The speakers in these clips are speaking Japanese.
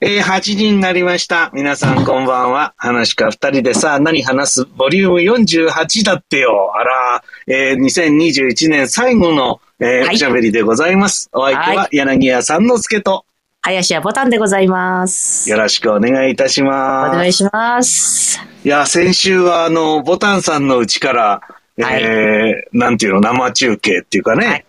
えー、8時になりました。皆さんこんばんは。話か二人でさ、何話すボリューム48だってよ。あら、えー、2021年最後の、えーはいおしゃべりでございます。お相手はは柳家さんの助と、林家ボタンでございます。よろしくお願いいたしおます。願いします。いや、先週は、あの、ボタンさんのうちから、はいえー、なんていうの、生中継っていうかね。はい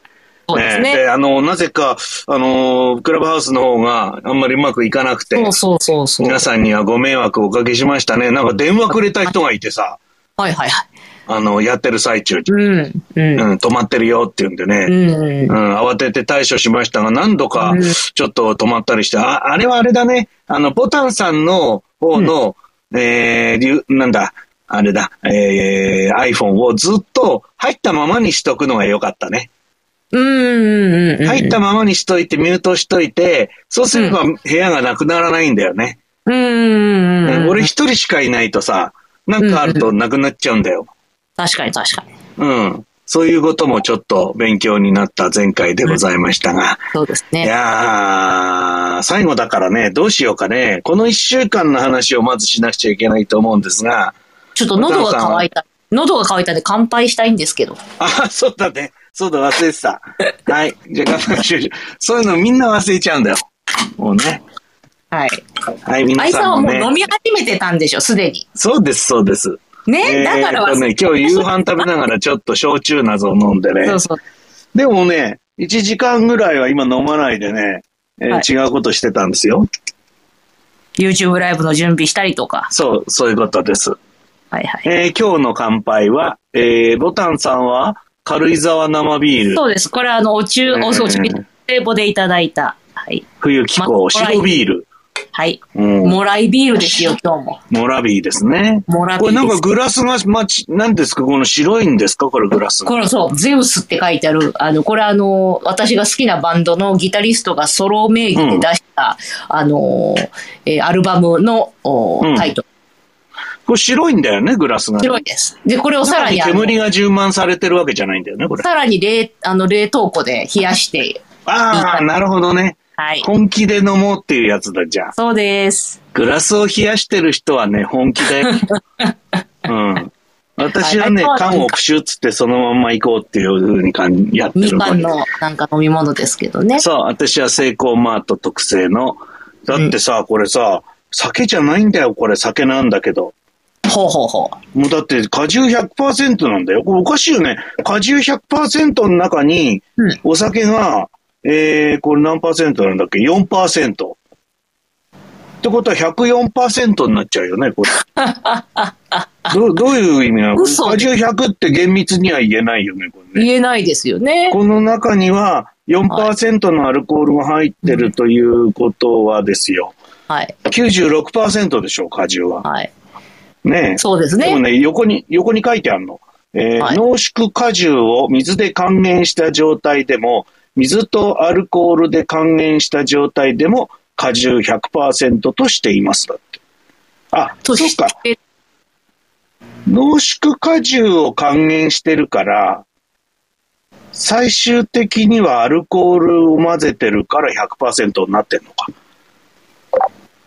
そうですえーね。あの、なぜか、あの、クラブハウスの方があんまりうまくいかなくて、そうそうそうそう。皆さんにはご迷惑をおかけしましたね。なんか電話くれた人がいてさ、はいはいはい。あの、やってる最中に、うん、うん、うん、止まってるよって言うんでね。うん。うん、慌てて対処しましたが、何度かうんちょっと止まったりして、ああれはあれだね、あの、ボタンさんの方の、えー理由、なんだ、あれだ、えー iPhone をずっと入ったままにしとくのが良かったね。うん、うん、うん。入ったままにしといて、ミュートしといて、そうすれば部屋がなくならないんだよね。うん、うん、うん。俺一人しかいないとさ、なんかあるとなくなっちゃうんだよ。確かに確かに。うん。そういうこともちょっと勉強になった前回でございましたが。そうですいね。やー、最後だからね、どうしようかね。この一週間の話をまずしなくちゃいけないと思うんですが。ちょっと喉が渇いた。喉が渇いたんで乾杯したいんですけど。あ、そうだね。そうだ、忘れて た。はい。じゃあ、乾杯しましょう。そういうのみんな忘れちゃうんだよ。もうね。はい。はい、皆愛さんさはんももうね。飲み始めてたんでしょ、すでに。そうです、そうです。ねだかえーらっとは、ね、今日夕飯食べながらちょっと焼酎などを飲んでね。そうそう。でもね、1時間ぐらいは今飲まないでね、えーはい違うことしてたんですよ。 YouTube ライブの準備したりとか。そう、そういうことです。はいはい。えー今日の乾杯は、えーボタンさんは軽井沢生ビール、そうです。これはあの、お中、おそう、えちーびっぼでいただいた。はい。冬気候、ま白ビール、はい。うん、もらいビールで すよ、今日も。モラビーですね。もらビこーれルなんでかす。グラスが、まち、なんですかこの白いんですかこれグラス。このそう、ゼウスって書いてある、あの、これあの、私が好きなバンドのギタリストがソロ名義で出した、あの、えーアルバムのおうんタイトル。これ白いんだよね、グラスが。白いです。で、これをさらに、あの煙が充満されてるわけじゃないんだよね、これ。さらに冷、あの、冷凍庫で冷やして、ああ、なるほどね。はい。本気で飲もうっていうやつだ、じゃあ。そうです。グラスを冷やしてる人はね、本気だよ。うん。私はねはい、缶をプシュッつってそのまんま行こうっていうふうにかんやってみるかんのなんか飲み物ですけどね。そう、私はセイコーマート特製の。だってさ、これさ、酒じゃないんだよ、これ酒なんだけど。ほうほうほう。もうだって果汁100%なんだよ。これおかしいよね。果汁100%の中にうん、お酒が、えー、これ何パーセントなんだっけ ?4%。ってことは104%になっちゃうよね、 これ。どうどういう意味なの嘘果汁100って厳密には言えないよね、これね。言えないですよね。この中には4%のアルコールが入ってるということはですよ。はい。 96%でしょう、果汁は。はい。ねえそうですでもね。ね、横に、横に書いてあるの。えーはい濃縮果汁を水で還元した状態でも、水とアルコールで還元した状態でも、果汁100%としています。だって。あ、そとうしか。て濃縮果汁を還元してるから、最終的にはアルコールを混ぜてるから100%になってんのか。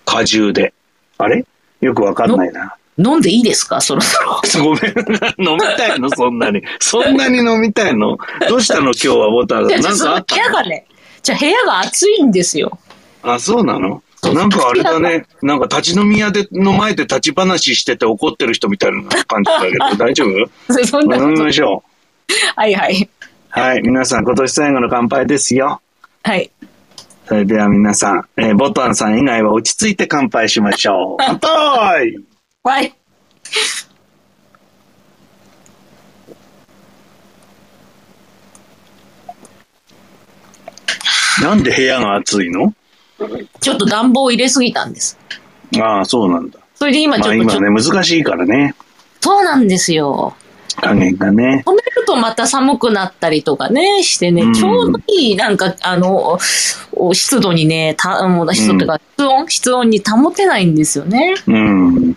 果汁で。あれよくわかんないな。飲んでいいですかそろそろ。ごめん。飲みたいのそんなに。そんなに飲みたいのどうしたの今日はボタンいさや、ん。じゃ なあんかあそのっ部屋たがね、じゃあ部屋が暑いんですよ。 あ、そうなのなんかあれだね。なんか立ち飲み屋で、の前で立ち話してて怒ってる人みたいな感じだけ ど、大丈夫そんな飲みましょう。はいはい。はい、皆さん今年最後の乾杯ですよ。はい。それでは皆さん、えーボタンさん以外は落ち着いて乾杯しましょ う。乾杯はい。なんで部屋が暑いのちょっと暖房入れすぎたんです。ああ、そうなんだ。それで今ちまょあっと、ち今ょっとね、難しいからね。そうなんですよ。加減がね。止めるとまた寒くなったりとかね、してうんね、ちょうどいい、なんか、あの、お湿度にね、た、もう湿度っていうか、室温、室温に保てないんですよね。うん。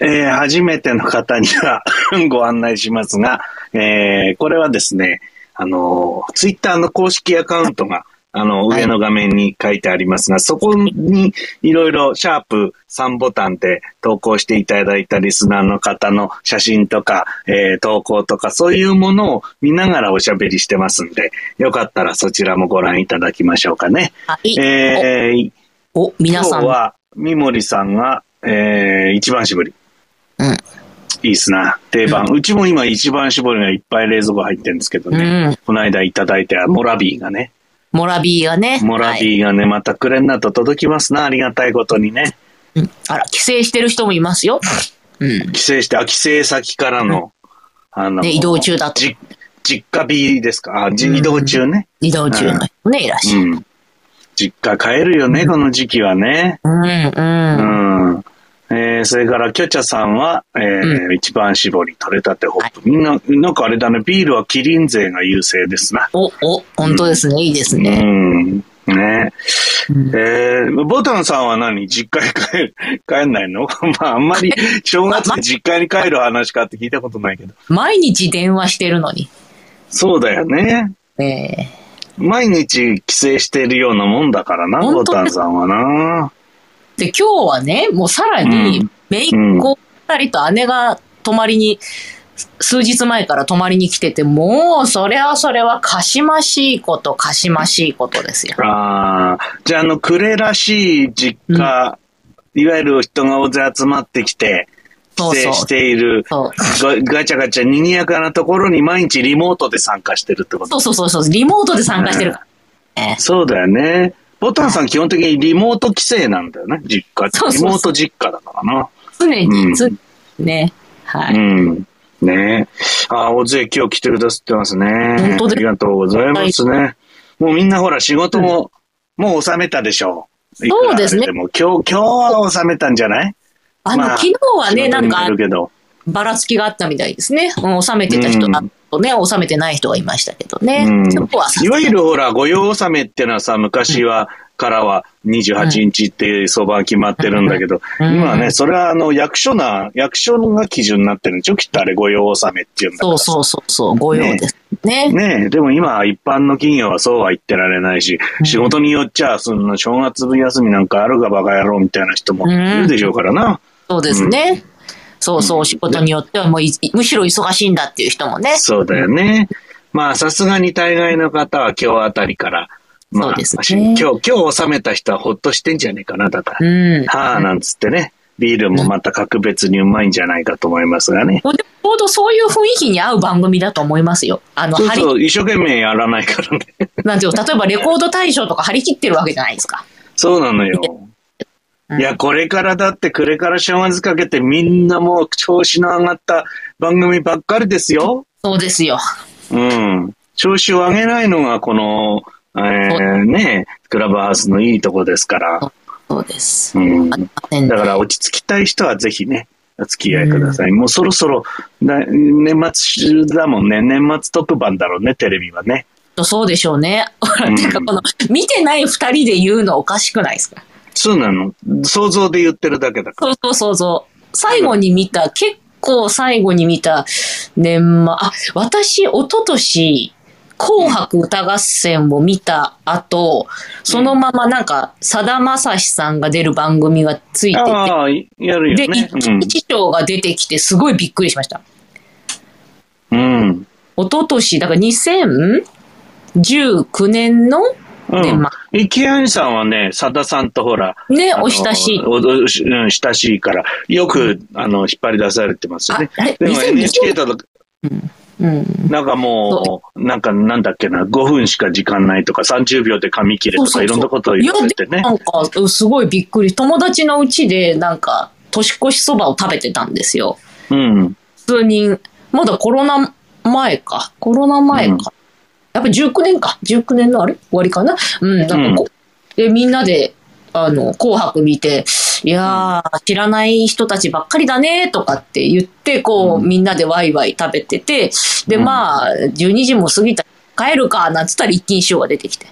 えー初めての方には ご案内しますが、えーこれはですね、あのツイッター Twitter の公式アカウントが、あの、上の画面に書いてありますが、そこにいろいろシャープ3ボタンで投稿していただいたリスナーの方の写真とか、えー投稿とか、そういうものを見ながらおしゃべりしてますんで、よかったらそちらもご覧いただきましょうかね。はい。えー、お、お皆さ今ん日。は、三森さんが、えー、一番絞り。うん。いいっすな。定番。うちも今一番絞りがいっぱい冷蔵庫入ってるんですけどね。うんこの間いただいたモラビーがね。モラビーがね。モラはいビーがね、またくれんなと届きますな。ありがたいことにね。うんあら、帰省してる人もいますよ。うん。帰省して、あ、帰省先からの、あの、ね、移動中だと。じ実家日ですかあ、じうん移動中ね。移動中の人ね、いらっしうゃる。ん。実家帰るよね、この時期はね。うん、ううん。ん。えー、それから、きょちゃさんは、えー一番搾り、取れたてホップ。みんな、なんかあれだね、ビールはキリン勢が優勢ですな。お、お、本当ですね。いいですうね。ん。ねうんえー、ボタンさんは何実家に帰る、 帰んないのまあ、あんまり、正月 に実家に帰る話かって聞いたことないけど。毎日電話してるのに。そうだよね。ええ毎日帰省してるようなもんだからな、ボ本当タねンさんはな。で、今日はね、もうさらうにん、姪っ子二人と姉が泊まりに、数日前から泊まりに来てて、もう、それはそれは、かしましいこと、かしましいことですよ。ああ、じゃあ、あの、クレらしい実家、いわゆる人が大勢集まってきて、そう帰そ省うしている、そう。ガガチャガチャ賑やかなところに毎日リモートで参加してるってことそうそうそうそう、リモートで参加してるから。ええそうだよね。ボタンさん基本的にリモート帰省なんだよね、実家ってそうそうそうリモート実家だからな。常に、うん常にね。はうい。ん。ねああ、大勢今日来てくださってますね。本当あですりがとうございますね。もうみんなほら仕事も、もう収めたでしょう。いくらあれそうですねも今日、今日は収めたんじゃないあの、まあ昨日はね、なんかあ、るけど。ばらつきがあったみたいですね。うん、収めてた人だとね、収めてない人がいましたけどね。うんそこはさいわゆるほら、御用納めってのはさ、昔は、からは28日って相場が決まってるんだけど、うん今はね、それはあの、役所な、役所が基準になってるんでしょきっとあれ、御用納めっていうんだからそうそうそうそう、ご用です ね。ねえ、でも今、一般の企業はそうは言ってられないし、うん仕事によっちゃ、その正月分休みなんかあるがバカ野郎みたいな人もいるでしょうからな。そうですね。そううそんう、仕事によってはもうい、むしろ忙しいんだっていう人もね。そうだよね。まあ、さすがに大概の方は今日あたりから、まあ、そうですねし今日、今日収めた人はほっとしてんじゃねえかな、だから。うん。はあ、なんつってね。ビールもまた格別にうまいんじゃないかと思いますがね。もうでもちょうどそういう雰囲気に合う番組だと思いますよ。あの、そう張り、そう、一生懸命やらないからね。なんていうの例えばレコード大賞とか張り切ってるわけじゃないですか。そうなのよ。うんいや、これからだって、これから正月かけてみんなもう調子の上がった番組ばっかりですよ。そうですよ。うん。調子を上げないのがこの、えー、ね、クラブハウスのいいとこですから。そうです。うん。あだねから落ち着きたい人はぜひね、お付き合いください。もうそろそろ、だ年末だもんね。年末特番だろうね、テレビはね。そうでしょうね。 うんてか、この、見てない二人で言うのおかしくないですかそうなの。想像で言ってるだけだから。そうそうそうそう。最後に見た、結構最後に見た年末、あ、私、一昨年、紅白歌合戦を見た後、そのままなんか、さだまさしさんが出る番組がついてて、ああ、いやるで、よね。一日長が出てきて、すごいびっくりしました。うん。うん。一昨年、だから2019年のうん年末。池谷さんはね、さださんとほら、ね、あのお親しい。おおしうん親しいから、よく、あの、引っ張り出されてますよね。ああれでも2020 NHK だと、うん。なんかもう、なんか、なんだっけな、5分しか時間ないとか、30秒で紙切れとそか、うそうそういろんなことを言われていねや。でもなんか、すごいびっくり。友達のうちで、なんか、年越しそばを食べてたんですよ。うん。数人。まだコロナ前か。コロナ前うか。んやっぱ19年か。19年のあれ終わりかなうん。なんかこで、みんなで、あの、紅白見て、いやー、知らない人たちばっかりだねとかって言って、こうう、んみんなでワイワイ食べてて、で、うんまあ、12時も過ぎた帰るか、なんつったら一気に塩が出てきて。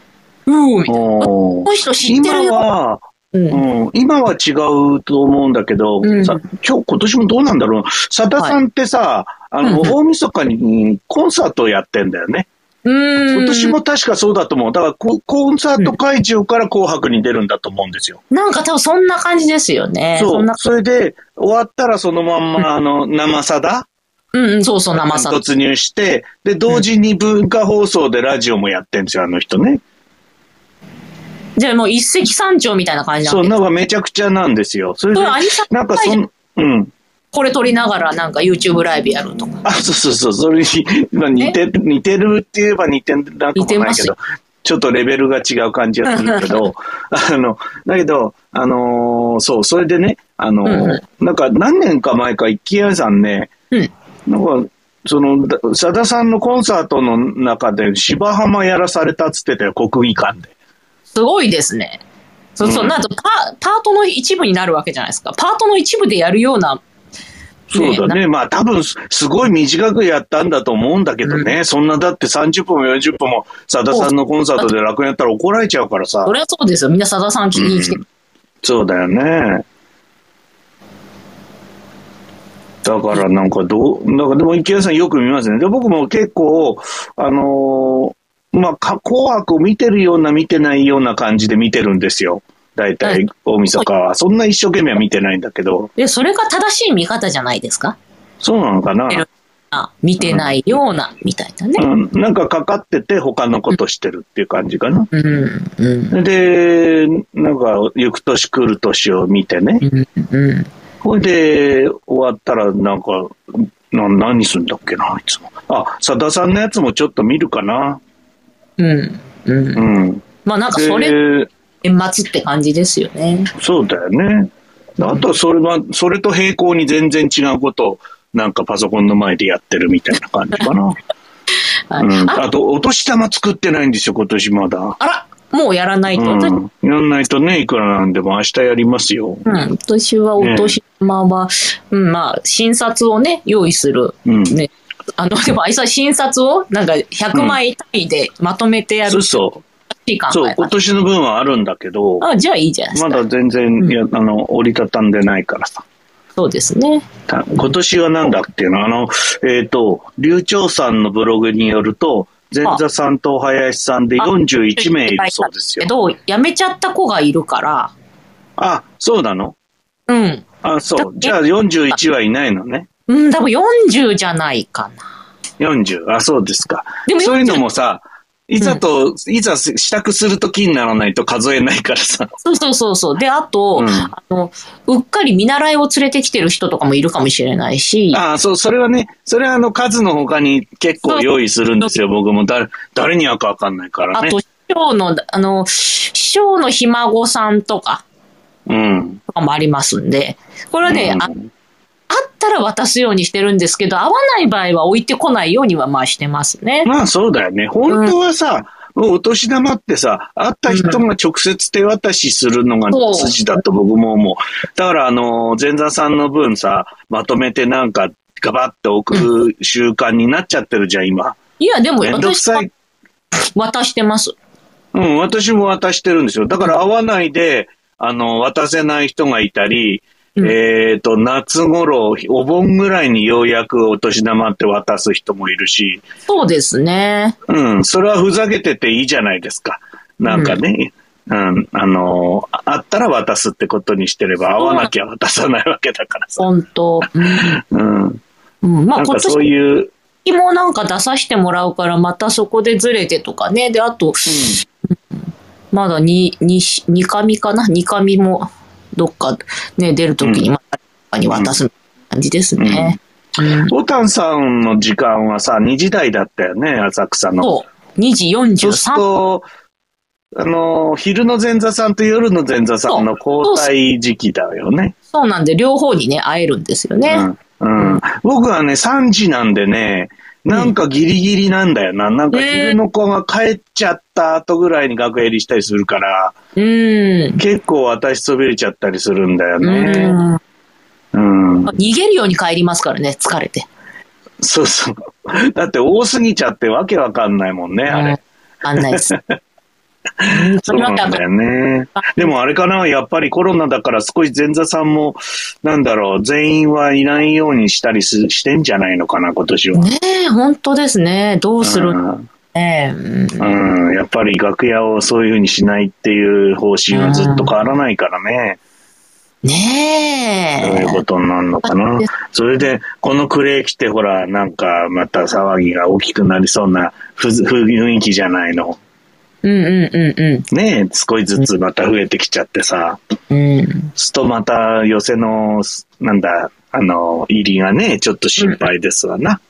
うーみたいな。おーこの人知って今るよ。は、うんうん、今は違うと思うんだけど、うんさ今日、今年もどうなんだろう。さださんってさ、あの、うんうん大晦日にコンサートをやってんだよね。ーん。私も確かそうだと思う。だからコ、コンサート会場から紅白に出るんだと思うんですよ。なんか多分そんな感じですよね。そんなう。それで、終わったらそのまんま、あの、生さだうんうん、そうそう、生さん。突入して、で、同時に文化放送でラジオもやってんですよ、あの人ね。じゃあもう一石三鳥みたいな感じなんそで。う、なんかめちゃくちゃなんですよ。それでこれ、アニサなんかそん、うん。これ撮りながらなんか YouTube ライブやるとか。あ、そうそうそう、それに、まあ似て、似てるって言えば似てなくもない似てまけすどよ、ちょっとレベルが違う感じがするけど、 あの、だけど、あのーそう、それでね、あのーうんなんか何年か前か、一軒家さんね、うん。なんか、その、ださださんのコンサートの中で芝浜やらされたっつってたよ、国技館で。すごいですね。そうそう、うんなんとパパートの一部になるわけじゃないですか。パートの一部でやるような。そうだね。まあ多分す、すごい短くやったんだと思うんだけどね。そんなだって30分も40分も、さださんのコンサートで楽演やったら怒られちゃうからさそ。れはそうですよ。みんなさださん聞きに来て。うんそうだよね。だからなんかどう、なんかでも池谷さんよく見ますね。で、僕も結構、あのーまあ、か紅白を見てるような見てないような感じで見てるんですよ。大は体い、大晦日は。そんな一生懸命は見てないんだけど、で、それが正しい見方じゃないですか。そうなのかな見てるあ見てないような、みたいなね。うん、なんかかかってて他のことしてるっていう感じかな。うん、うん、で、なんか、行く年来る年を見てね。うん、うん。ほいで、終わったら、なんか、な何すんだっけな、いつも。あ、さださんのやつもちょっと見るかな。うん、う。うんん。まあなんかそれ、で年末って感じですよね。そうだよね。あと、それは、それと並行に全然違うことを、なんかパソコンの前でやってるみたいな感じかな。はいうん、ああと、お年玉作ってないんですよ、今年まだ。あら、もうやらないと。私うん、やんないとね、いくらなんでも明日やりますよ。うん、今年はお年玉は、うん、まあ、診察をね、用意する。うんね。あの、でも、あいつは診察を、なんか、100枚単位でまとめてやそるうそっていう考う。そう、え方今年の分はあるんだけど、あ、じゃあいいじゃないですまか。だ全然、いやあの、折りたたんでないからさ。そうですね。た今年はなんだっていうのはあの、えっ、と、流暢さんのブログによると、前座さんと林さんであ41名いるそうですよけ。ど、辞めちゃった子がいるから、あ、そうなのうん。あ、そう。だじゃあ41はいないのね。うん、多分40じゃないかな。 40。あ、そうですか。でも40そういうのもさ、いざと、いざ支度するときにならないと数えないからさ。そうそうそうそう。で、あと、うんあの、うっかり見習いを連れてきてる人とかもいるかもしれないし、ああ、そう、それはね、それはあの数の他に結構用意するんですよ、僕も。誰、誰に会うかわかんないからあねと、。師匠の、あの、師匠のひ孫さんとか、うん。とかもありますんで、これはね、うんああったら渡すようにしてるんですけど、合わない場合は置いてこないようにはまあしてますね。 まあそうだよね。本当はさ、もうお年玉ってさ、会った人が直接手渡しするのがそう筋だと僕も思う。だからあの、前座さんの分さ、まとめてなんかガバッと置く習慣になっちゃってるじゃん、今。いや、でもめんどく私さ。はい渡してます。うん、私も渡してるんですよ。だから会わないで、あの、渡せない人がいたり、うんえっと、夏頃、お盆ぐらいにようやくお年玉って渡す人もいるし、そうですね。うん、それはふざけてていいじゃないですか。なんかね、うん、あのー、あったら渡すってことにしてれば、会わなきゃ渡さないわけだからさ。本当。うんうん。うん、なまあん今かそう年いう、もなんか出させてもらうから、またそこでずれてとかね。で、あと、まだに、に、にかみかなにかみも、どっかね、出るときに、また、に渡す感じですね。うんボタンさんの時間はさ、2時台だったよね、浅草の。そう。2時そうす43ると、あのー、昼の前座さんと夜の前座さんの交代時期だよね。そうなんで、両方にね、会えるんですよね。うんうん、僕はね、3時なんでね、なんかギリギリなんだよな。なんか昼の子が帰っちゃった後ぐらいに学入りしたりするから、うーん。結構私そびれちゃったりするんだようね。ーんうん。逃げるように帰りますからね、疲れて。そうそう。だって多すぎちゃってわけわかんないもんね、あうんれ。あんないです。 うんそそうれはななんんだかよね。でもあれかな、やっぱりコロナだから少し前座さんも、なんだろう、全員はいないようにしたりすしてんじゃないのかな、今年は。ねえ、本当ですね。どうするうのんね。うんうん、やっぱり楽屋をそういうふうにしないっていう方針はずっと変わらないからね、ねどういうことになるのかな。それで、このクレー来て、ほら、なんか、また騒ぎが大きくなりそうなふず雰囲気じゃないの。え。うんうんうんうねえ、少しずつまた増えてきちゃってさ、ん。うん。すとまた寄せの、なんだ、あの、入りがね、ちょっと心配ですわな。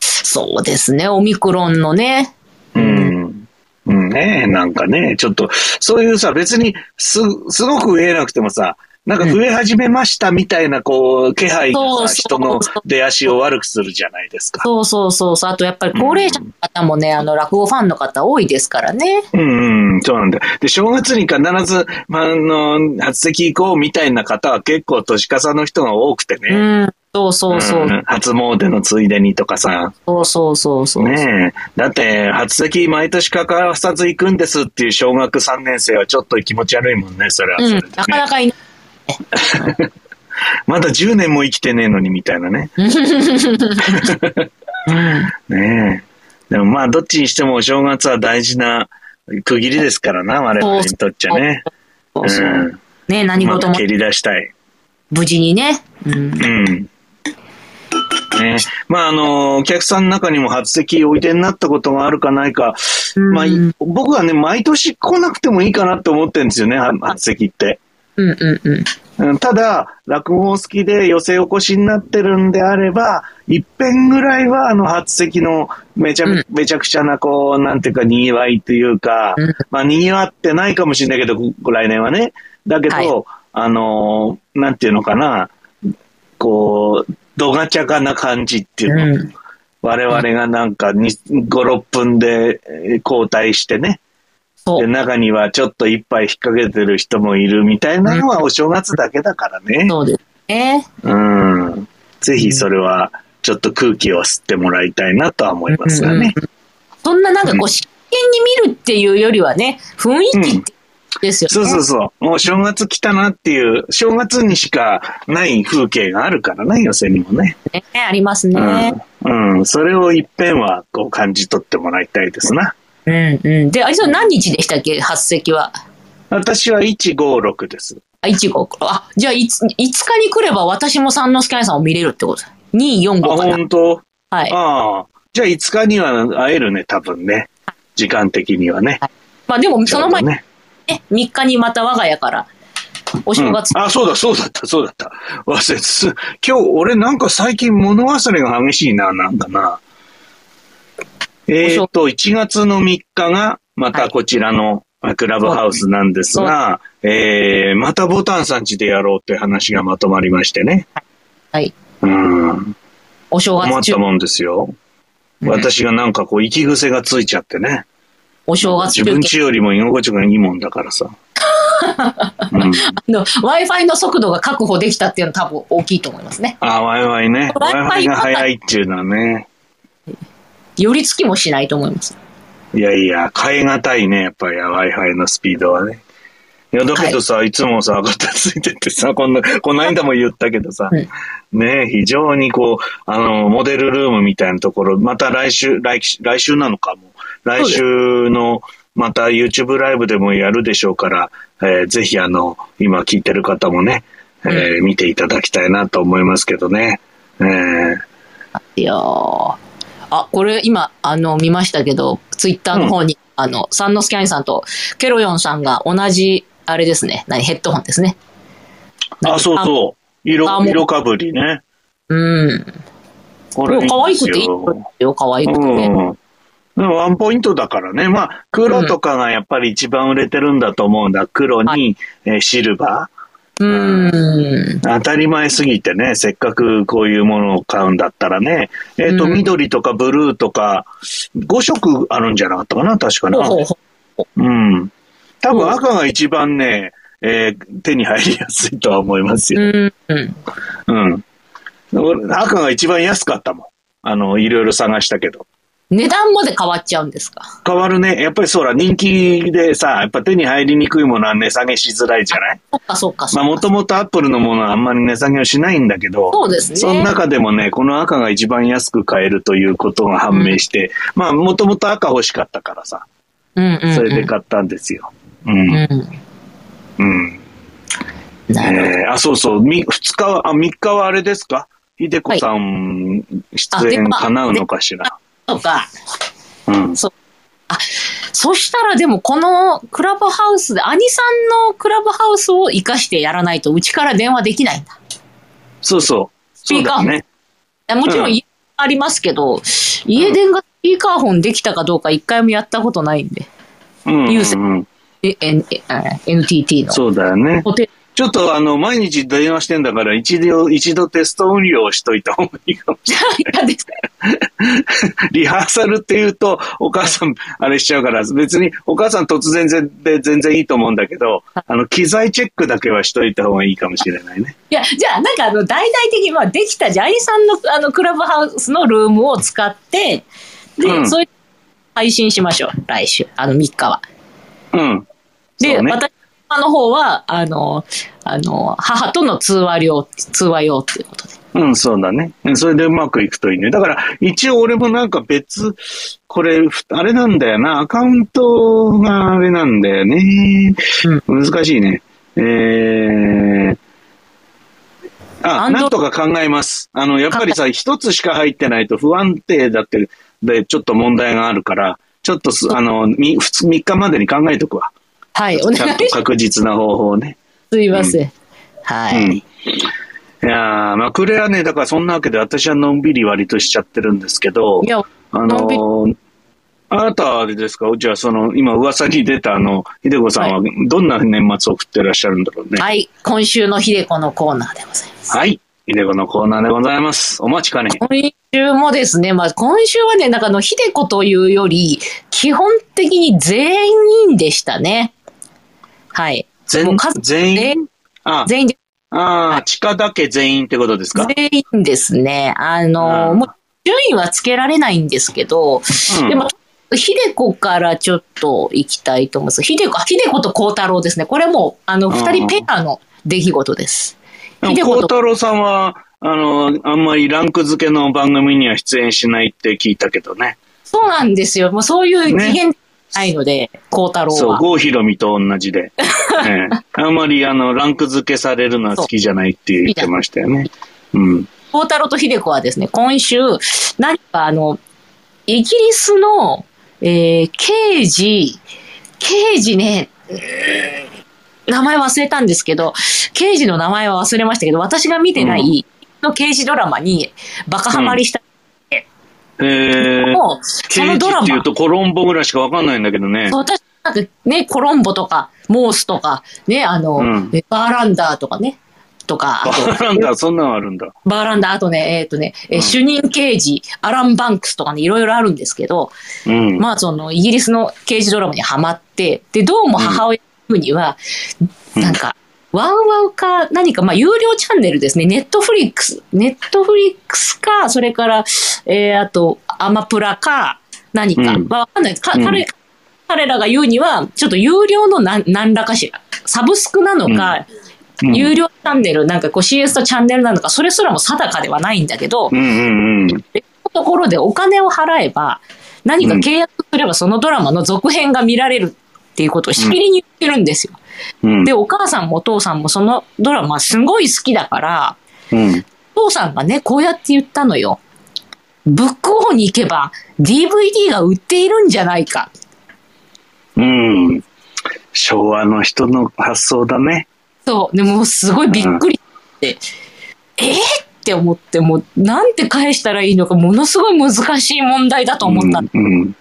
そうですね、オミクロンのね。うん。うんねえ、なんかね、ちょっと、そういうさ、別にす、すごく増えなくてもさ、なんか増え始めましたみたいな、こう、気配そがうさ、そ人うの出足を悪くするじゃないですか。そうそうそうそう。あとやっぱり高齢者の方もね、あの、落語ファンの方多いですからね。うんうん、そうなんだよ。で、正月に必ず、まあ、あの、初席行こうみたいな方は結構年重の人が多くてうね。ん。そうそうそう。ん初詣のついでにとかさ。そうそうそうそう。ねえ。だって、初席毎年欠かさず行くんですっていう小学3年生はちょっと気持ち悪いもんね、それはそれでうんね。。なかなかいない。まだ10年も生きてねえのにみたいなね。ねえ。でもまあ、どっちにしてもお正月は大事な区切りですからな、我々にとっちゃね。。そううそうんね何ま事だも蹴り出したい。無事にね。うん。うん。ね、まあ、あの、お客さんの中にも初席おいでになったことがあるかないか、うんまあ、い僕はね、毎年来なくてもいいかなって思ってるんですよね、は初席って。うんうんうん。うんただ、落語好きで寄せおこしになってるんであれば、一遍ぐらいは、あの、初席のめちゃめ,、うんめちゃくちゃな、こう、なんていうか、賑わいというか、うんまあ、賑わってないかもしれないけど、こ来年はね。だけど、はいあのーなんていうのかな、こう、どがちゃかな感じっていうの。うん我々がなんかに5、6分でえー交代してね。そで、う。中にはちょっと一杯引っ掛けてる人もいるみたいなのはお正月だけだからね。そうですね。うん。ぜひそれは、ちょっと空気を吸ってもらいたいなとは思いますよね。そんななんかこう、真剣に見るっていうよりはね、雰囲気ってですよね。そうそうそう。もう正月来たなっていう、正月にしかない風景があるからね、寄せにもね。ねありますうね。ん。うん。それを一遍は、こう感じ取ってもらいたいですな。うんうん。で、あれ、それ何日でしたっけ発席は。私は156です。あ、1号。あ、じゃあ、いつ、5日に来れば私も三之助兄さんを見れるってことだ。2、4、あ、 5かな。本当はい。ああ。じゃあ5日には会えるね、多分ね。時間的にはね。まあでも、その前ちょうどにね。ね、3日にまた我が家から、お正月、うんあ、そうだ、そうだった、そうだった。忘れてす今日、俺なんか最近物忘れが激しいな、なんかな。えー、っと、1月の3日が、またこちらのあクラブハウスなんですが、えー、またボタンさんちでやろうって話がまとまりましてね。はい。うん。お正困っ月中た、もんですよ。うん私がなんかこう、息癖がついちゃってね。お正月自中分継。ちよりも居心地がいいもんだから さ。うんあの Wi-Fi の速度が確保できたっていうのは多分大きいと思いますね。あ、ワイワイね。ワワイイワワイイが早いっていうのはね。寄り付きもしないと思います。いやいや、変えがたいね、やっぱりワイワイのスピードはね。いや、だけどさ、い、つもさ、赤たついてってさ、こんな、こないだも言ったけどさ、ね非常にこう、あの、モデルルームみたいなところ、また来週、来来週なのかも。来週の、また YouTube ライブでもやるでしょうから、えーぜひあの、今聞いてる方もね、えー見ていただきたいなと思いますけどね。えーいやーあ、これ今、あの、見ましたけど、ツイッターの方に、あの、三之助兄さんとケロヨンさんが同じ、あれですね。何ヘッドホンですね。あ、そうそう。あ色、もう色かぶりね。う。うん。こでも可愛くていいよ。よ、可愛うくてね。ん。でもワンポイントだからね。まあ、黒とかがやっぱり一番売れてるんだと思うんだ。黒はに、えーシルバー。うん。当たり前すぎてね、せっかくこういうものを買うんだったらね。えっ、と、うん緑とかブルーとか、5色あるんじゃなかったかな、確かほうな。ほうほうん。多分赤が一番ね、えー手に入りやすいとは思いますう。よ。うん。うんうん。俺赤が一番安かったもん。あの、いろいろ探したけど。値段まで変わっちゃうんですか変わるね。やっぱりそうだ、人気でさ、やっぱ手に入りにくいものは値下げしづらいじゃないそっかそっかそまあ、っか。もともとアップルのものはあんまり値下げをしないんだけど、そうですねその中でもね、この赤が一番安く買えるということが判明して、まあ、もともと赤欲しかったからさ、うんうん、うん。それで買ったんですよ。うん。うん。うえん。なるーあ、そうそう、み二日は、あ、三日はあれですか秀子さん、出演叶うのかしら。ほどか。うん。そしたらでもこのクラブハウスで、兄さんのクラブハウスを活かしてやらないとうちから電話できないんだ。そうそう。ピそうーカーだね。えもちろうんん家ありますけど、家電がスピーカーフォンできたかどうか一回もやったことないんで。うん、有線うん。え、N、えあ NTT の。そうだよね。ホテル ちょっとあの、毎日電話してんだから、一度、一度テスト運用をしといた方がいいかもしれなんですない。リハーサルって言うと、お母さん、あれしちゃうから、別にお母さん突然で全然いいと思うんだけど、あの、機材チェックだけはしといた方がいいかもしれないね。いや、じゃあ、なんかあの、大々的に、まあ、できたじゃん。兄さんの、あの、クラブハウスのルームを使って、で、うんそういう、配信しましょう。来週、あの、3日は。うん。で、そうね私の方は、あの、あの、母との通話用、通話用っていうことで。うん、そうだね。うんそれでうまくいくといいね。だから、一応俺もなんか別、これ、ふあれなんだよな。アカウントがあれなんだよね。難しいね。えー、あ、 Android なんとか考えます。あの、やっぱりさ、一つしか入ってないと不安定だって、で、ちょっと問題があるから、ちょっとす、あの、みふつ3日までに考えとくわ。はい、お願いちゃんとし確実な方法をね。すいません。はい。うん。いやーまあ、これはね、だからそんなわけで私はのんびり割としちゃってるんですけどい、や、あのんびりのーあなたはあれですかじゃあ、その、今噂に出たあの、秀子さんはどんな年末を送ってらっしゃるんだろうね。はい。はい、今週のひでこのコーナーでございます。秀子のコーナーでございます。お待ちかね。今週もですね、まあ、今週はね、なんかあの、ひでこというより、基本的に全員でしたね。はい。も全う数全員あ、全員で、ああ、地下だけ全員ってことですか全員ですね。あうの、んもう順位はつけられないんですけど、うんでも、ひでこからちょっと行きたいと思います。ひでこ、あひでこと孝太郎ですね。これもう、あの、うん二人ペアの出来事です。でもひで孝こと太郎さんは、あの、あんまりランク付けの番組には出演しないって聞いたけどね。そうなんですよ。もうそういうね次元じゃないので、孝太郎そう、は。郷ひろみと同じで。 ええあんまり、あの、ランク付けされるのは好きじゃないって言ってましたよね。うん。孝太郎と秀子はですね、今週、何かあの、イギリスの、えー、刑事、刑事ね、うーん名前忘れたんですけど、刑事の名前は忘れましたけど、私が見てなうんい、の刑事ドラマにバカハマりしたえーの、もそ刑の事ドラって言マう、とコロンボぐらいしかわかんないんだけどね。そう私なんかね、コロンボとか、モースとか、ね、あの、うんえバーランダーとかね、とか、あバ とーランダー、そんなのあるんだ。バーランダー、あとね、えっ、とね、えーうん主任刑事、アラン・バンクスとかね、いろいろあるんですけど、うん。まあ、その、イギリスの刑事ドラマにハマって、で、どうも母親には、うんなんか、ワウワウか、何か、まあ、有料チャンネルですね。ネットフリックス、ネットフリックスか、それから、えー、あと、アマプラか、何か、うんまあ、わかんないです。かうん彼彼らが言うには、ちょっと有料の何何らかしら、サブスクなのか、うん有料チャンネル、なんかこう CS とチャンネルなのか、それすらも定かではないんだけど、うんうんうん。別のところでお金を払えば、何か契約すればそのドラマの続編が見られるっていうことをしきりに言ってるんですよ。うんで、お母さんもお父さんもそのドラマすごい好きだから、うん。お父さんがね、こうやって言ったのよ。ブックオフに行けば DVD が売っているんじゃないか。うん。昭和の人の発想だね。そう。でもすごいびっくりって、えーって思って、もうなんて返したらいいのか、ものすごい難しい問題だと思ったの。うんうん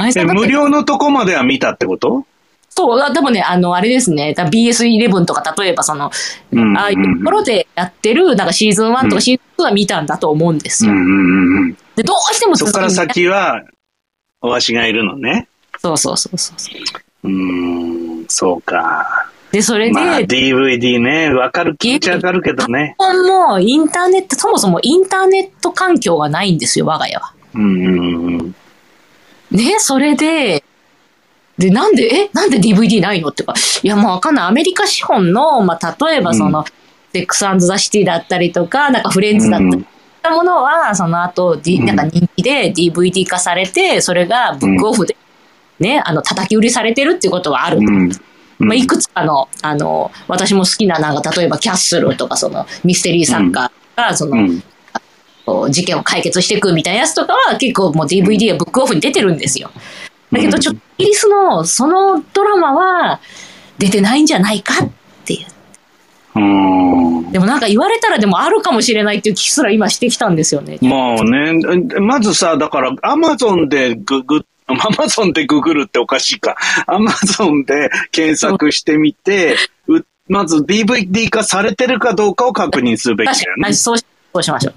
あれさえだって無料のとこまでは見たってことそう、あでもね、あの、あれですね、だ BS11 とか、例えばその、うんうんうんああいうところでやってる、なんかシーズン1うとんかシーズン2は見たんだと思うんですうんうよ。んうんうん。で、どうしてもそこから先は、わしがいるのね。そうそうそうそうう。ーん、そうか。で、それで、まあ、DVD ね、わかる、気持ちわかるけどね。日本もインターネット、そもそもインターネット環境がないんですよ、我が家は。うんうんうんね、それで、で、なんで、え、なんで DVD ないのってか、いや、もうわかんない。アメリカ資本の、まあ、例えばその、セックスザ・シティだったりとか、なんかフレンズだったりとか、ったものは、その後、D、うんなんか人気で DVD 化されて、それがブックオフで、ね、あの、叩き売りされてるっていうことはある。うん。まあ、いくつかの、あの、私も好きな、なんか、例えばキャッスルとか、その、ミステリー作家が、その、うん。こう事件を解決していくみたいなやつとかは結構もう DVD やブックオフに出てるんですよ。だけどちょっとイギリスのそのドラマは出てないんじゃないかっていう。うん。でもなんか言われたらでもあるかもしれないっていう気すら今してきたんですよね。まあね、まずさ、だから、アマゾンでググ、アマゾンでググるっておかしいか。アマゾンで検索してみて、うまず DVD 化されてるかどうかを確認すべきだ確よかねに、。そうしそうしましょう。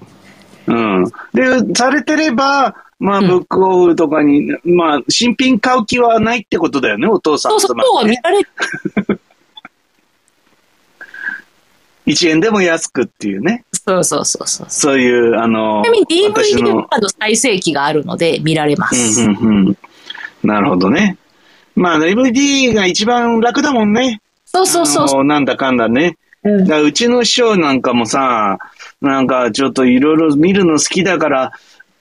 うん。で、されてれば、まあ、うんブックオフとかに、まあ、新品買う気はないってことだよね、お父さんそうそつう、まり今日は見られる。 1円でも安くっていうね。そうそうそうそう。ちそういう、あの、なみに私 DVD のの再生期があるので見られます。うんうんうん。なるほどね。まあ、DVD が一番楽だもんね。そうそうそうそあのなんだかんだね。う。うんだからうちの師匠なんかもさ、なんかちょっといろいろ見るの好きだから、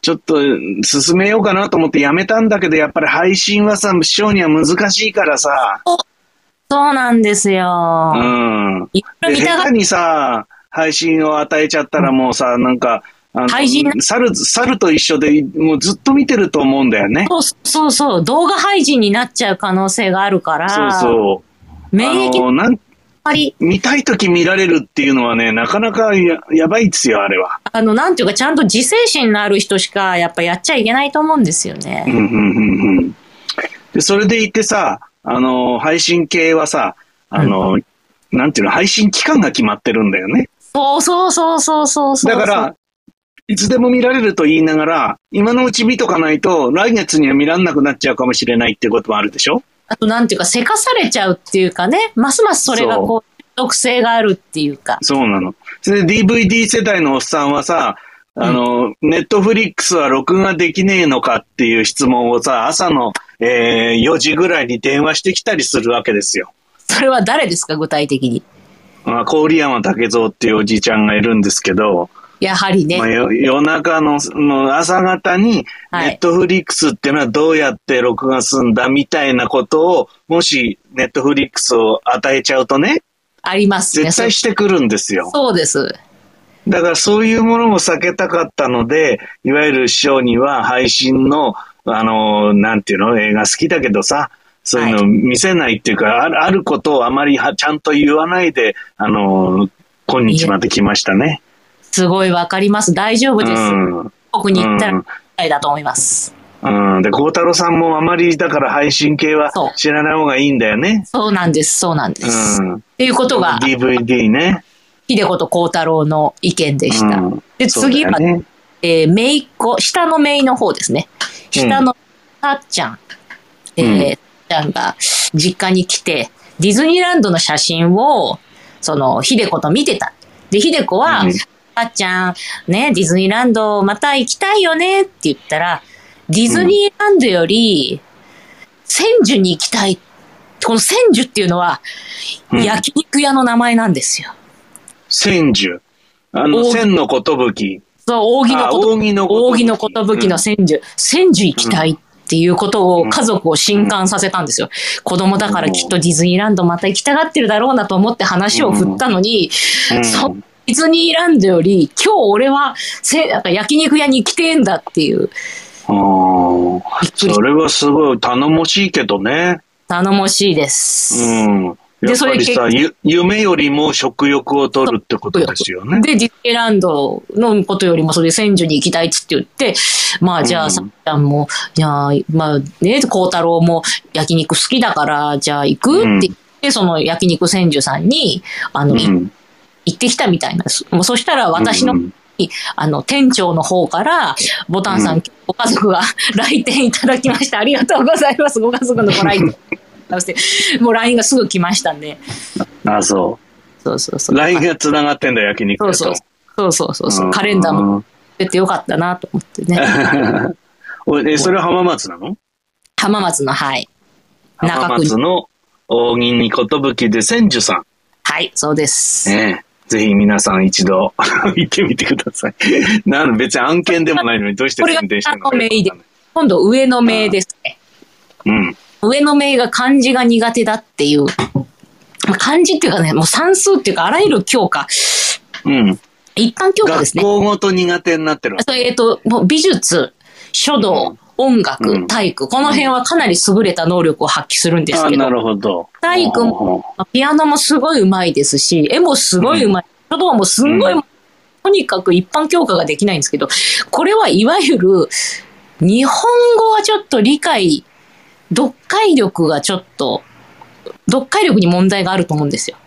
ちょっと進めようかなと思ってやめたんだけど、やっぱり配信はさ、師匠には難しいからさ、そうなんですうよ。ん。いろでいろ見た下が手にさ、配信を与えちゃったらもうさ、なんか、あの廃人猿、猿と一緒で、もうずっと見てると思うんだよね。そうそうそう、動画配信になっちゃう可能性があるから、そうそう。免疫あののなんあり、見たいとき見られるっていうのはね、なかなかややばいっすよ、あれは。あの、なんていうか、ちゃんと自制心のある人しか、やっぱやっちゃいけないと思うんですよね。うんうんうんうん。で、それでいてさ、あの、配信系はさ、あの、なんていうの、配信期間が決まってるんだよね。そうそうそうそうそうそう。だから、、いつでも見られると言いながら、今のうち見とかないと、来月には見らんなくなっちゃうかもしれないってこともあるでしょあと、なんていうか、せかされちゃうっていうかね、ますますそれがこう、毒性があるっていうか。そうなの。それで DVD 世代のおっさんはさ、あの、ネットフリックスは録画できねえのかっていう質問をさ、朝の、えー4時ぐらいに電話してきたりするわけですよ。それは誰ですか、具体的に。まあ、郡山武蔵っていうおじいちゃんがいるんですけど、やはりね。まあ、よ夜中のの朝方に、はいネットフリックスっていうのはどうやって録画すんだみたいなことを、もしネットフリックスを与えちゃうとね、ありますね。絶対そしてくるんですよ。そうです。だからそういうものも避けたかったので、いわゆる師匠には配信の、あの、なんていうの、映画好きだけどさ、そういうの見せないっていうか、あるあることをあまりはちゃんと言わないで、あの、今日まで来ましたね。すごいわかります。大丈夫うです。ん。僕に言ったうらん、だと思います。うん。で、孝太郎さんもあまり、だから配信系はそう知らない方がいいんだよね。そうなんです、そうなんです。うんっていうことが、 DVD ね。秀子と孝太郎の意見でした。うんで、そうだ次よは、ね。えー、姪っ子、下の姪の方ですね。下のたっちゃん。えーうたっちゃんが実家に来て、ディズニーランドの写真を、その、秀子と見てた。で、秀子は、うんたっちゃん、ね、ディズニーランドまた行きたいよねって言ったら、ディズニーランドより、千住に行きたい。この千住っていうのは、うん焼肉屋の名前なんですよ。千住。あの、扇千のことぶき。そう、扇のあこと。扇のことぶき扇のことぶきの千住、千住行きたいっていうことを家族を震撼させたんですよ。子供だからきっとディズニーランドまた行きたがってるだろうなと思って話を振ったのに、うんそうディズニーランドより今日俺はせなんか焼肉屋に来てんだっていう、あーびっくりしそれはすごい頼もしいけどね。た。頼もしいでうす。ん。やっそぱれりさ、結ゆ夢よりも食欲を取るってことですよね。で、ディズニーランドのことよりも、それで千住に行きたいっつって言って、まあじゃうあ、んさっちゃんも、じゃあ、まあね、孝太郎も焼肉好きだから、じゃあ行くうんって言って、その焼肉千住さんに、あの、ういん。行ってきたみたいなんです。もうそしたら私の、うんあの、店長の方から、ボタンさん、うご家族が来店いただきました。ありがとうございます。ご家族のご来店。そし て、もう LINE がすぐ来ましたんで。あ、そ。そうそうそうう。ラインが繋がってんだ、焼肉そ屋とうそう。そうそうそうそう。んカ レンダーも。出てよかったなと思ってね。おえ、それは浜松なの浜松の、はい。浜松の大銀に寿で千住さん。はい、そうです。ねえぜひ皆さん一度 行ってみてください。なん別に案件でもないのにどうしてこれが宣伝したの下の名で今度、上の名ですね。うん。上の名が漢字が苦手だっていう。まあ漢字っていうかね、もう算数っていうか、あらゆる教科、うん。一般教科です学ね。校ごと苦手になってるわそうえっ、と、もう美術、書道、音楽、うん体育、この辺はかなり優れた能力を発揮するんですあけどな、るほど。体育も、ピアノもすごい上手いですし、絵もすごい上手い。書道もすんごい上手い、うんとにかく一般教科ができないんですけど、これはいわゆる、日本語はちょっと理解、読解力がちょっと、読解力に問題があると思うんですよ。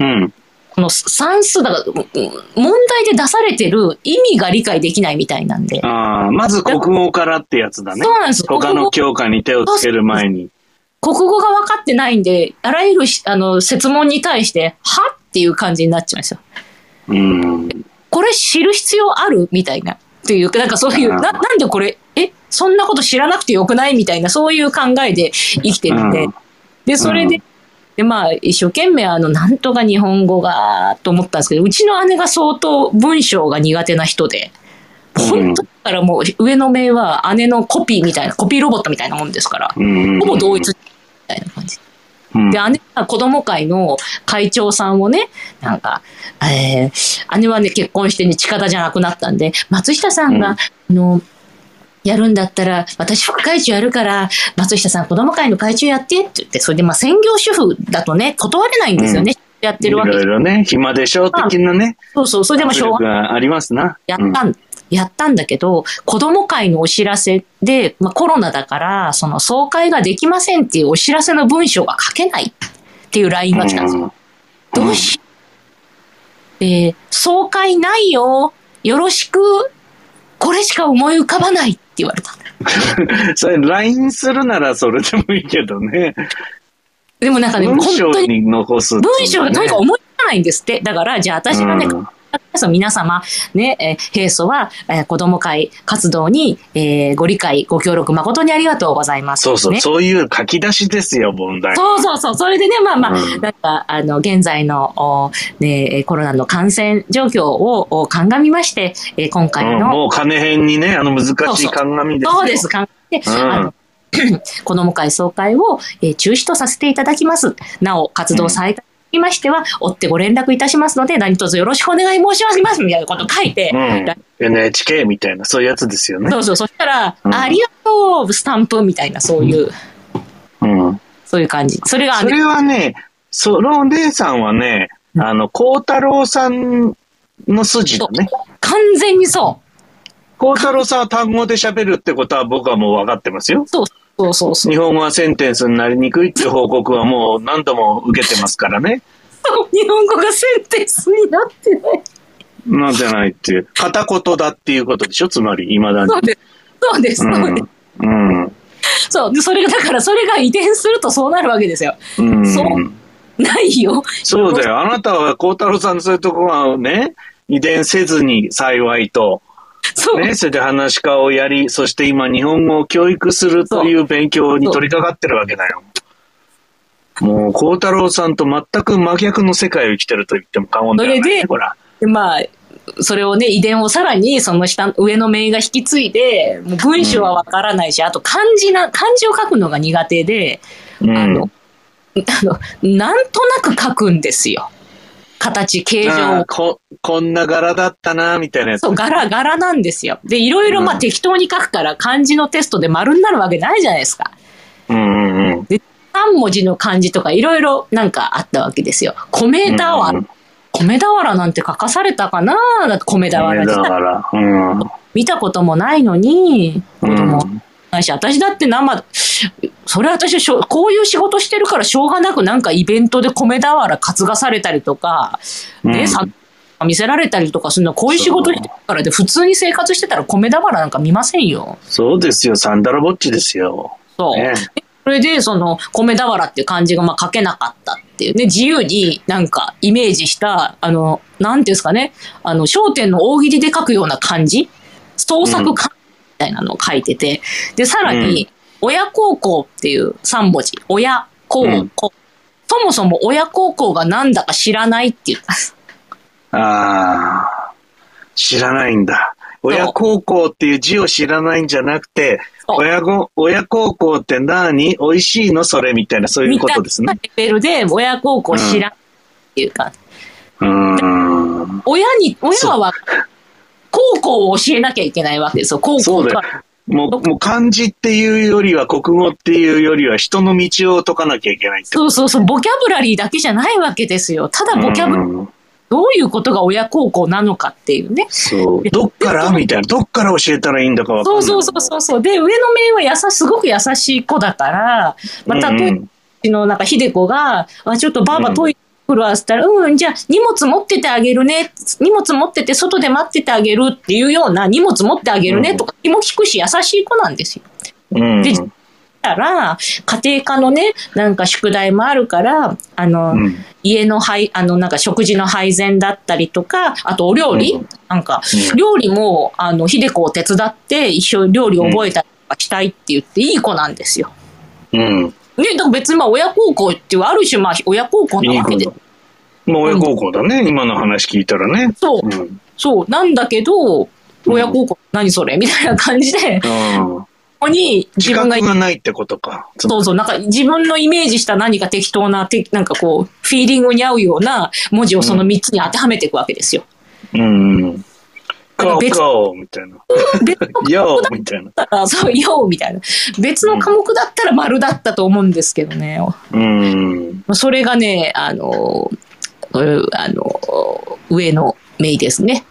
うん。この算数だから、うん問題で出されてる意味が理解できないみたいなんで。ああ、まず国語からってやつだねそう。なんです。他の教科に手をつける前に。国語が分かってないんで、あらゆるしあの説問に対して、はっていう感じになっちゃうんですよ。うん。これ知る必要あるみたいな。っていう、なんかそういう、あーななんでこれ、え、そんなこと知らなくてよくないみたいな、そういう考えで生きてるんで。うんで、それで、うんで、まあ、一生懸命、あの、なんとか日本語が、と思ったんですけど、うちの姉が相当文章が苦手な人で、本当だからもう、上の名は姉のコピーみたいな、コピーロボットみたいなもんですから、うん。ほぼ同一みたいな感じ。うん。で、姉が子供会の会長さんをね、なんか、えー姉はね、結婚してね、近田じゃなくなったんで、松下さんが、あの、やるんだったら、私副会長やるから、松下さん子供会の会長やってって言って、それでまあ専業主婦だとね、断れないんですよね。やっているわけろいろね、暇でしょ、的なね。そうそう、それでまあ圧しょうが力がありますな。やったん、やったんだけど、子供会のお知らせで、まあ、コロナだから、その総会ができませんっていうお知らせの文章が書けないっていう LINE が来たんですよ。うんどうし、で、総会ないよ、よろしく、これしか思い浮かばないって言われた。うんそれ、LINE するならそれでもいいけどね。でもなんかね、文本章当にに残すっていうね。文章がとにかく思い浮かばないんですって。だから、じゃあ私がね、うんそう皆様、ね、えー平素は、えー子ども会活動に、えーご理解、ご協力誠にありがとうございます。そうそう、ねそういう書き出しですよ、問題。そうそうそう。それでね、まあまあ、うんなんか、あの、現在の、おね、えーコロナの感染状況をお鑑みまして、えー今回うんの、もう金編にね、あの難そうしいそう鑑ですよ。そうです、鑑みで、あの 子ども会総会を、えー中止とさせていただきます。なお、活動再開にましては、追ってご連絡いたしますので、何卒よろしくお願い申し上げます、みたいなこと書いて、うん。NHK みたいな、そういうやつですよね。そうそう、そしたら、うんありがとう、スタンプみたいな、そういう、うん。そういう感じ。それが、それはね、そのお姉さんはね、あの、孝太郎さんの筋だね。完全にそ孝太郎さんは単語で喋るってことは僕はもう分かってますよう。。そうそうそうそう。日本語はセンテンスになりにくいっていう報告はもう何度も受けてますからね。日本語がセンテンスになってない。なんじゃないっていう。片言だっていうことでしょつまり、未だにそう。です。そうです。そうです。うん。うん。そう。でそれが、だから、それが遺伝するとそうなるわけですよ。うん。そうないよ。そうだよ。あなたは孝太郎さんのそういうとこはね、遺伝せずに幸いと。そう。ね、それで話し家をやり、そして今日本語を教育するという勉強に取り掛かってるわけだよ。もう、孝太郎さんと全く真逆の世界を生きてると言っても過言ではない、それね。でほら。でまあ、それをね、遺伝をさらに、その下、上の名が引き継いで、もう文章はわからないし、あと漢字な、漢字を書くのが苦手で、うあんの。、あの、なんとなく書くんですよ。形、形状あーを。こ、こんな柄だったな、みたいなやつ。そう、柄、柄なんですよ。で、いろいろまうあん適当に書くから漢字のテストで丸になるわけないじゃないですか。うんうんうん。 3文字の漢字とかいろいろなんかあったわけですよ。米うんう俵ん。米俵なんて書かされたかなだって米俵ね自だか体ら。うん。見たこともないのに、子供うんないし、私だって生、それ私はしょこういう仕事してるからしょうがなくなんかイベントで米俵担がされたりとか、うね、んさ見せられたりとかするの、こういう仕事してるからで、普通に生活してたら米俵なんか見ませんよ。そうですよ。サンダラぼっちですよ。そう。ね、それで、その、米俵っていう漢字がまあ書けなかったっていうね、自由になんかイメージした、あの、なんていうんですかね、あの、焦点の大喜利で書くような漢字創作漢字みたいなのを書いてて、で、さらに、親孝行っていう3文字。親孝行。うんそもそも親孝行がなんだか知らないっていう。ああ、知らないんだ。う親孝行っていう字を知らないんじゃなくて、そう親ご親孝行って何美味しいのそれみたいな、そういうみこたいとですなね。レベルで親孝行知らないっていうか、うーん。親に、親は孝行を教えなきゃいけないわけですよ。孝そ行うだとよは。もう、もう漢字っていうよりは、国語っていうよりは、人の道を解かなきゃいけないってこそうそうそう、ボキャブラリーだけじゃないわけですよ。ただと。ボキャブ、うんどういうことが親孝行なのかっていうね。そう。どっからみたいな。どっから教えたらいいんだかわかんそなうい。そうそうそうそう。で、上の面は優し、すごく優しい子だから、まあ、うんうん例えば、うちのなんか、秀子が、あ、ちょっとばあばトイレ来るわ、つったら、うん、じゃあ、荷物持っててあげるね。荷物持ってて、外で待っててあげるっていうような、荷物持ってあげるうねんとか、気も利くし、優しい子なんですよ。うん。でだから、家庭科のね、なんか宿題もあるから、あの、うん。家の配、あの、なんか食事の配膳だったりとか、あとお料理、うんなんかう、ん料理も、あの、秀子を手伝って、一緒に料理を覚えたりとかしたいって言って、いい子なんですよ。うん。ね、だから別にまあ、親孝行っていう、ある種まあ、親孝行いないわけで。まあ、親孝行だね。今の話聞いたらね。そう、うん。そう、なんだけど、ん親孝行、何それみたいな感じで、こうん。こに自自分覚がが、ないってことか。そうそう、なんか自分のイメージした何か適当な、てなんかこう、フィーリングに合うような文字をその3つに当てはめていくわけですよ。うん。なんカかオ別カオみたいな。別のヨーみたいな。だったら、そう、ようみたいな。別の科目だったら丸だったと思うんですけどね。うん。それがね、あの、うあの、上の名ですね。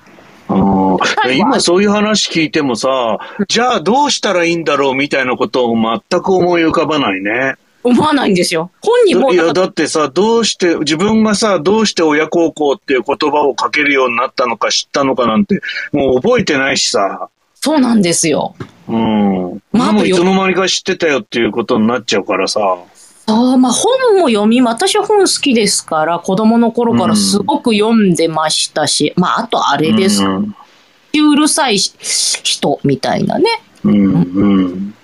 あーいや今そういう話聞いてもさ、じゃあどうしたらいいんだろうみたいなことを全く思い浮かばないね。思わないんですよ。本人もい、や、だってさ、どうして、自分がさ、どうして親孝行っていう言葉をかけるようになったのか知ったのかなんて、もう覚えてないしさ。そうなんですよ。うん。まああともういよつの間にか知ってたよっていうことになっちゃうからさ。あーまあ、本も読み、私は本好きですから、子供の頃からすごく読んでましたし、まあ、あとあれです。うんうるさいし人みたいなね。うんうん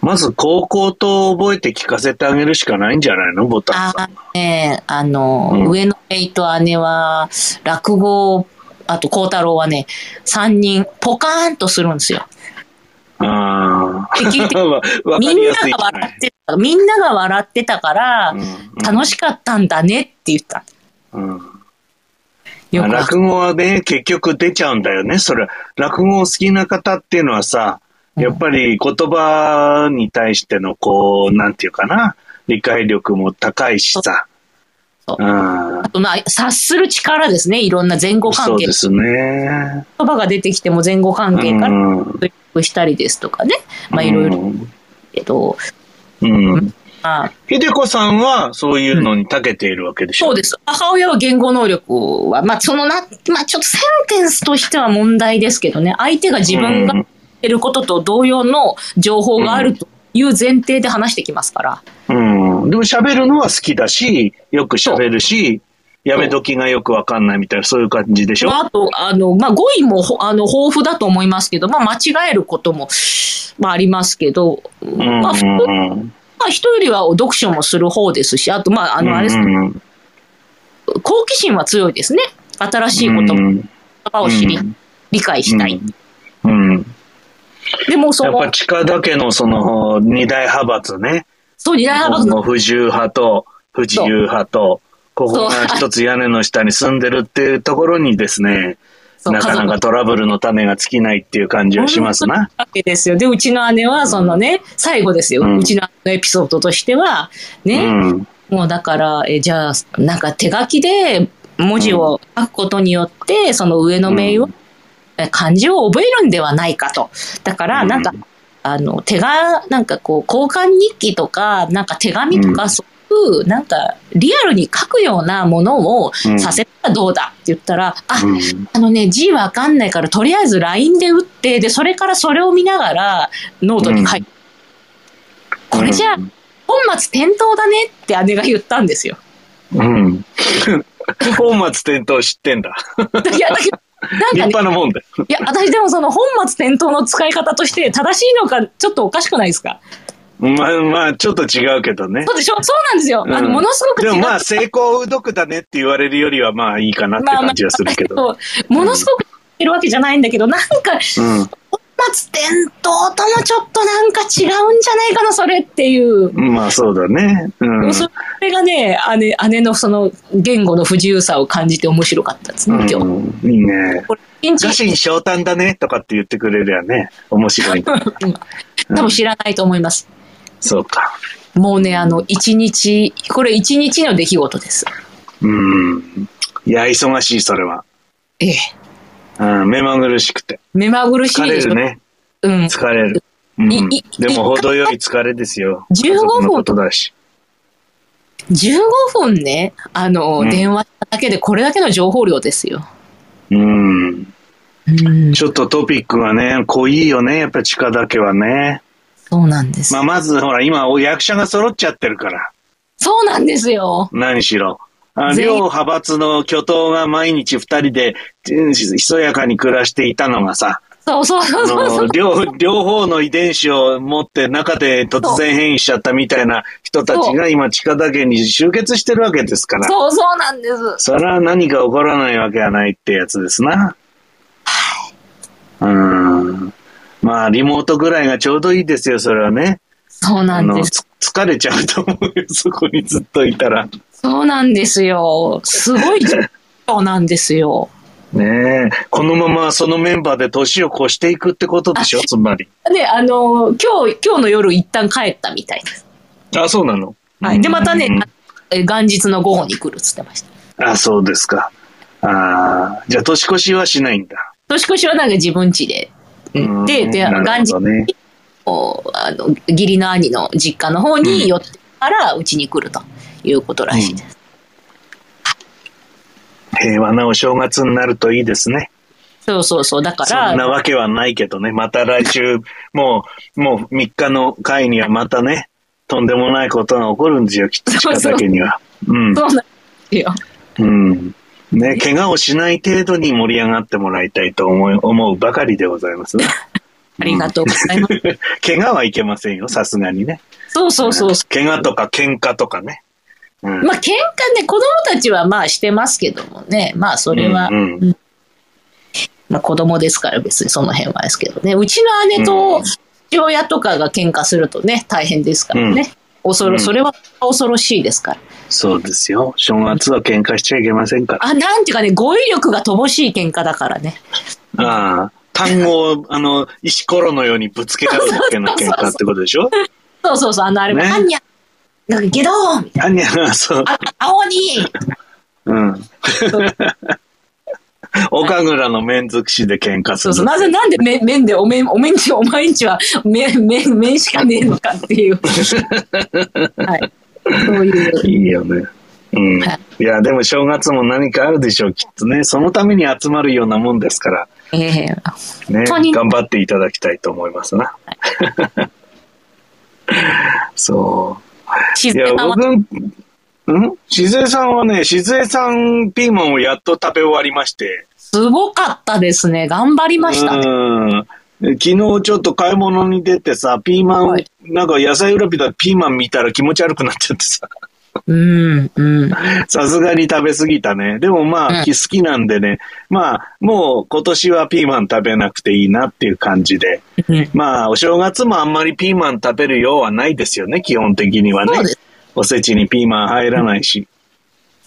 まず高校と覚えて聞かせてあげるしかないんじゃないのボタンあさん。ーねあの、うん上の姪と姉は、落語、あと孝太郎はね、三人、ポカーンとするんですよ。あで聞いてあ。 わわかみりんやなすいじがゃ笑ないっ。てた、みんなが笑ってたから、楽しかったんだねって言った。うんうんよくわか落語はね、結局出ちゃうんだよね。それ、落語を好きな方っていうのはさ、やっぱり言葉に対してのこう、なんていうかな、理解力も高いしさ。そううんあ。とな、察する力ですね。いろんな前後そ関う係。で言すね。葉が出てきても前後関係からうん努力したりですとかね。まあいろいろけど、うん。まあ、ひでこさんはそういうのに長けているわけでしょ、そうです。母親は言語能力は、まあそのな、まあちょっとセンテンスとしては問題ですけどね。相手が自分がう言んってることと同様の情報があるという前提で話してきますから。うん。でも喋るのは好きだし、よく喋るし、やめ時がよくわかんないみたいな、そういう感じでしょまあ、あと、あの、まあ、語彙もほ、あの、豊富だと思いますけど、まあ、間違えることも、まあ、ありますけど、うんまあ、普通うまんうんあ、人よりは読書もする方ですし、あと、まあ、あの、あれです、うんうん好奇心は強いですね。新しいこと、言葉を知り、うん理解したい。うんうんでも、そやっのぱ、地下だけのその二大派閥ね。そう、二大派閥この、の不自由派と不自由派と、ここがそう一つ屋根の下に住んでるっていうところにですね、そうなかなかトラブルの種が尽きないっていう感じはしますな。わけですよ。で、うちの姉は、そのね、最後ですよ。うんうちの姉のエピソードとしては、うね、ん。もうだから、え、じゃあ、なんか手書きで文字を書くことによって、その上の名を、うんえ漢字を覚えるんではないかと。だから、うんなんか、あの、手が、なんかこう、交換日記とか、なんか手紙とか、うんそういう、なんか、リアルに書くようなものをさせたらどうだって言ったら、あ、うんあのね、字わかんないから、とりあえず LINE で打って、で、それからそれを見ながら、ノートに書いて、これじゃあ、本末転倒だねって姉が言ったんですよ。うん。本末転倒知ってんだ。いや、だけど、な立んかね、派なもんだよ。いや、私でもその本末転倒の使い方として正しいのかちょっとおかしくないですかまあまあ、ちょっと違うけどねそ。うでしょそうなんですよ。あの、うんものすごくで違もう。まあ、成功うどくだねって言われるよりは、まあいいかなって感じはするけど。まあまあそうものすごくいるわけじゃないんだけど、なんか、うん。本末転倒ともちょっとなんか違うんじゃないかな、それっていう。まあそうだね。うん。それがね、姉姉のその言語の不自由さを感じて面白かったですね、今日。うん、いいね。これ一ガシ日、ン昇誕だねとかって言ってくれりゃね、面白い。多分知らないと思います。そうか。もうね、あの、一日、これ一日の出来事です。うん。いや、忙しい、それは。ええ。うん、目まぐるしくて。目まぐるしい疲れでしょるね。うん。疲れる。うんいい、でも、程よい疲れですよ。 15家族のことだし。 15分ね、あの、うん電話しただけでこれだけの情報量ですよ。うん。うん。ちょっとトピックがね、濃いよね、やっぱ地下だけはね。そうなんです。まあ、まず、ほら、今、お役者が揃っちゃってるから。そうなんですよ。何しろ。あ全両員派閥の巨頭が毎日二人で、うんひそやかに暮らしていたのがさ、そうそうそあうそうの。両両方の遺伝子を持って中で突然変異しちゃったみたいな人たちが今、地下だけに集結してるわけですから。そうそうなんです。それは何か起こらないわけはないってやつですな。うーん。まあ、リモートぐらいがちょうどいいですよ、それはね。そうなあんでの、す。つ疲れちゃうと思うよ、そこにずっといたら。そうなんですよ。すごい情報なんですよ。ねえ。このままそのメンバーで年を越していくってことでしょ、つまり。で、あの、今日、今日の夜一旦帰ったみたいです。あ、そうなの。はい。で、またねうん、え元日の午後に来るっつってました。あ、そうですか。ああ、じゃあ年越しはしないんだ。年越しはなんか自分家で。うんで、で、あのなるほ元ど日ね。をあの義理の兄の実家の方に寄ってからうちに来るということらしいです。平和なお正月になるといいですね。そうそうそう。だかそんなら、わけはないけどね、また来週、もう、もう3日の回にはまたね、とんでもないことが起こるんですよ、きっと、そう近そうだけには。うん。そうなんですよ。うん。ね、怪我をしない程度に盛り上がってもらいたいと思い思うばかりでございますね。ありがとうございます。怪我はいけませんよ、さすがにね。そうそうそうそ怪我とか喧嘩とかね。うんう。まあ、喧嘩ね、子供たちはまあしてますけどもね。まあ、それは、うんうんうんまあ、子供ですから別にその辺はですけどね。うちの姉うとん父親とかが喧嘩するとね、大変ですからね。恐うろ、んそれは恐ろしいですから。そうですよ。正月は喧嘩しちゃいけませんから。あ、なんていうかね、語彙力が乏しい喧嘩だからね。ああ。単語を、あの、石ころのようにぶつけ合うだけの喧嘩ってことでしょそうそうそう、あの、あれも、ねあんにゃ、なんか、ゲドーンみたい何や、そう。な、あ、青に、うん。 岡倉の面尽くしで喧嘩すそる。うそう、なぜ、なんで、め、麺で、おめん、おめんち、お前んちは、め、め、麺しかねえのかって いう。はい。そういう。いいよね。うん。はいいや、でも正月も何かあるでしょう、きっとね。そのために集まるようなもんですから、ええね。当に頑張っていただきたいと思いますな。 そう。静いや、江さんは僕、ん静江さんはね、静江さんピーマンをやっと食べ終わりまして。すごかったですね。頑張りましたね。うん。昨日ちょっと買い物に出てさ、ピーマン、はいなんか野菜裏びたピーマン見たら気持ち悪くなっちゃって さ、うん、うん。さすがに食べ過ぎたね。でもまあ、うん好きなんでね、まあ、もう今年はピーマン食べなくていいなっていう感じで、うんまあ、お正月もあんまりピーマン食べるようはないですよね、基本的にはねそうです。おせちにピーマン入らないし、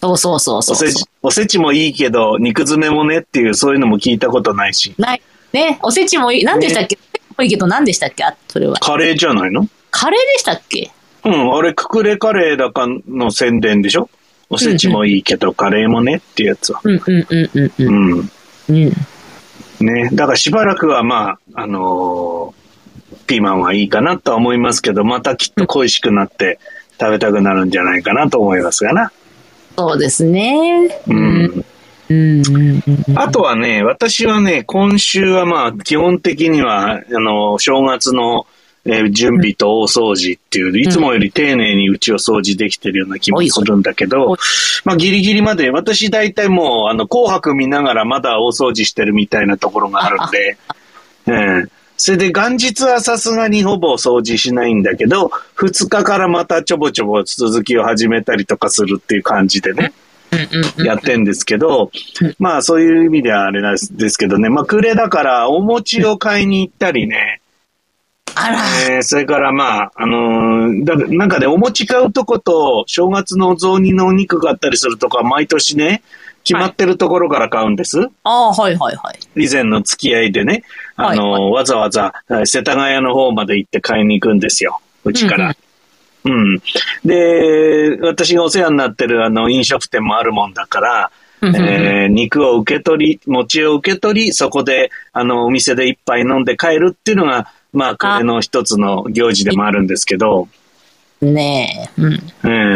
そうそうそうそおうせち、おせちもいいけど、肉詰めもねっていう、そういうのも聞いたことないし、ない。ね、おせちもいい。何でしたっけ、おせちもいいけど、何でしたっけあ、それは。カレーじゃないのカレーでしたっけうん、あれ、くくれカレーだかの宣伝でしょおせちもいいけど、カレーもねっていうやつは。うん、うん、うん、うん、う。うんん。うん。ね。だからしばらくは、まあ、あのーピーマンはいいかなとは思いますけど、またきっと恋しくなって食べたくなるんじゃないかなと思いますがな。そうですね。うん。うんうんうんあとはね、私はね、今週はまあ、基本的には、あの、正月のえー準備と大掃除っていう、いつもより丁寧にうちを掃除できてるような気もするんだけほどい、まあギリギリまで、私大体もう、あの、紅白見ながらまだ大掃除してるみたいなところがあるん で、うん。それで元日はさすがにほぼ掃除しないんだけど、2日からまたちょぼちょぼ続きを始めたりとかするっていう感じでね。うんうんうん。やってんですけど、まあそういう意味ではあれなんですですけどね、まあ暮れだからお餅を買いに行ったりね、あら、えーそれからまあ、あのーだなんかね、お餅買うとこと正月のお雑煮のお肉があったりするとか、毎年ね、決まってるところから買うんです。ああー、はいはいはい。以前の付き合いでね、あのーはわざわざえー世田谷の方まで行って買いに行くんですよ、うちから。うんうんうん。で、私がお世話になってるあの飲食店もあるもんだから、うんうんうん えー肉を受け取り、餅を受け取り、そこで、あの、お店で一杯飲んで帰るっていうのが、まあ、これの一つの行事でもあるんですけど、ねえ。うん。え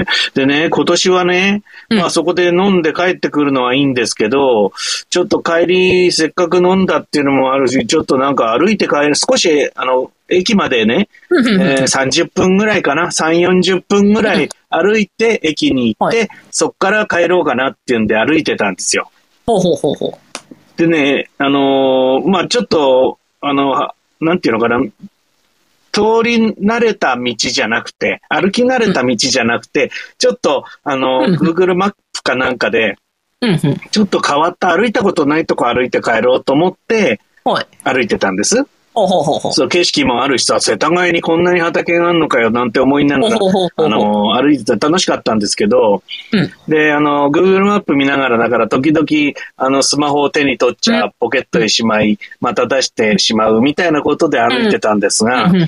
ーでね、今年はね、うんまあ、そこで飲んで帰ってくるのはいいんですけど、ちょっと帰り、せっかく飲んだっていうのもあるし、ちょっとなんか歩いて帰る、少し、あの、駅までね、うんうんうんえー30分ぐらいかな、3、40分ぐらい歩いて駅に行って、はそっから帰ろうかなっていうんで歩いてたんですよ。ほうほうほうほう。でね、あのーまあちょっと、あの、はなんていうのかな、通り慣れた道じゃなくて、歩き慣れた道じゃなくて、ちょっと、あの、うん Google マップかなんかで、うんうん。ちょっと変わった、歩いたことないとこ歩いて帰ろうと思って、はい。歩いてたんです。ほうほうほうほう。そう、景色もあるしさ、世田谷にこんなに畑があるのかよ、なんて思いながら、ほうほうほあうほのー歩いてたら楽しかったんですけど、うんで、あの、Google マップ見ながら、だから時々、あの、スマホを手に取っちゃ、うポケットへしまい、また出してしまうみたいなことで歩いてたんですが、うんうん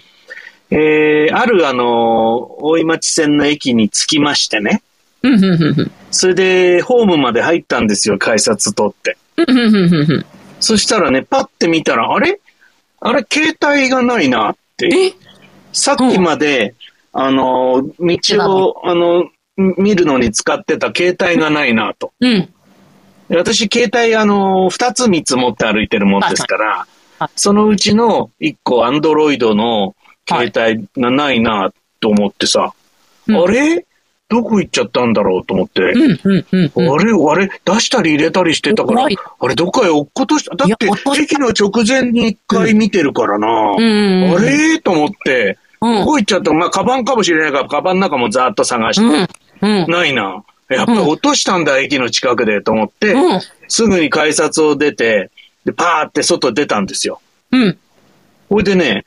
えーある、あの、大井町線の駅に着きましてね、うんうんうんうん。それで、ホームまで入ったんですよ、改札取って。うんうんうんうんうん。そしたらね、パッて見たら、あれあれ、携帯がないなって。えさっきまで、あの、道を、あの、見るのに使ってた携帯がないなと。うん。私、携帯、あの、二つ三つ持って歩いてるもんですからはい、そのうちの一個、アンドロイドの携帯がないなと思ってさ、うんあれどこ行っちゃったんだろうと思って、うんうんうんうん。あれ、あれ、出したり入れたりしてたから、怖いあれ、どっかへ落っことした。だっていや落っこ、ち駅の直前に一回見てるからな。うん。あれと思って、うんどこ行っちゃったまあ、カバンかもしれないから、カバンの中もざーっと探して、うん。うん。ないな。やっぱり落としたんだ、駅の近くで、と思って、うん。すぐに改札を出て、で、パーって外出たんですよ。うん。ほいでね、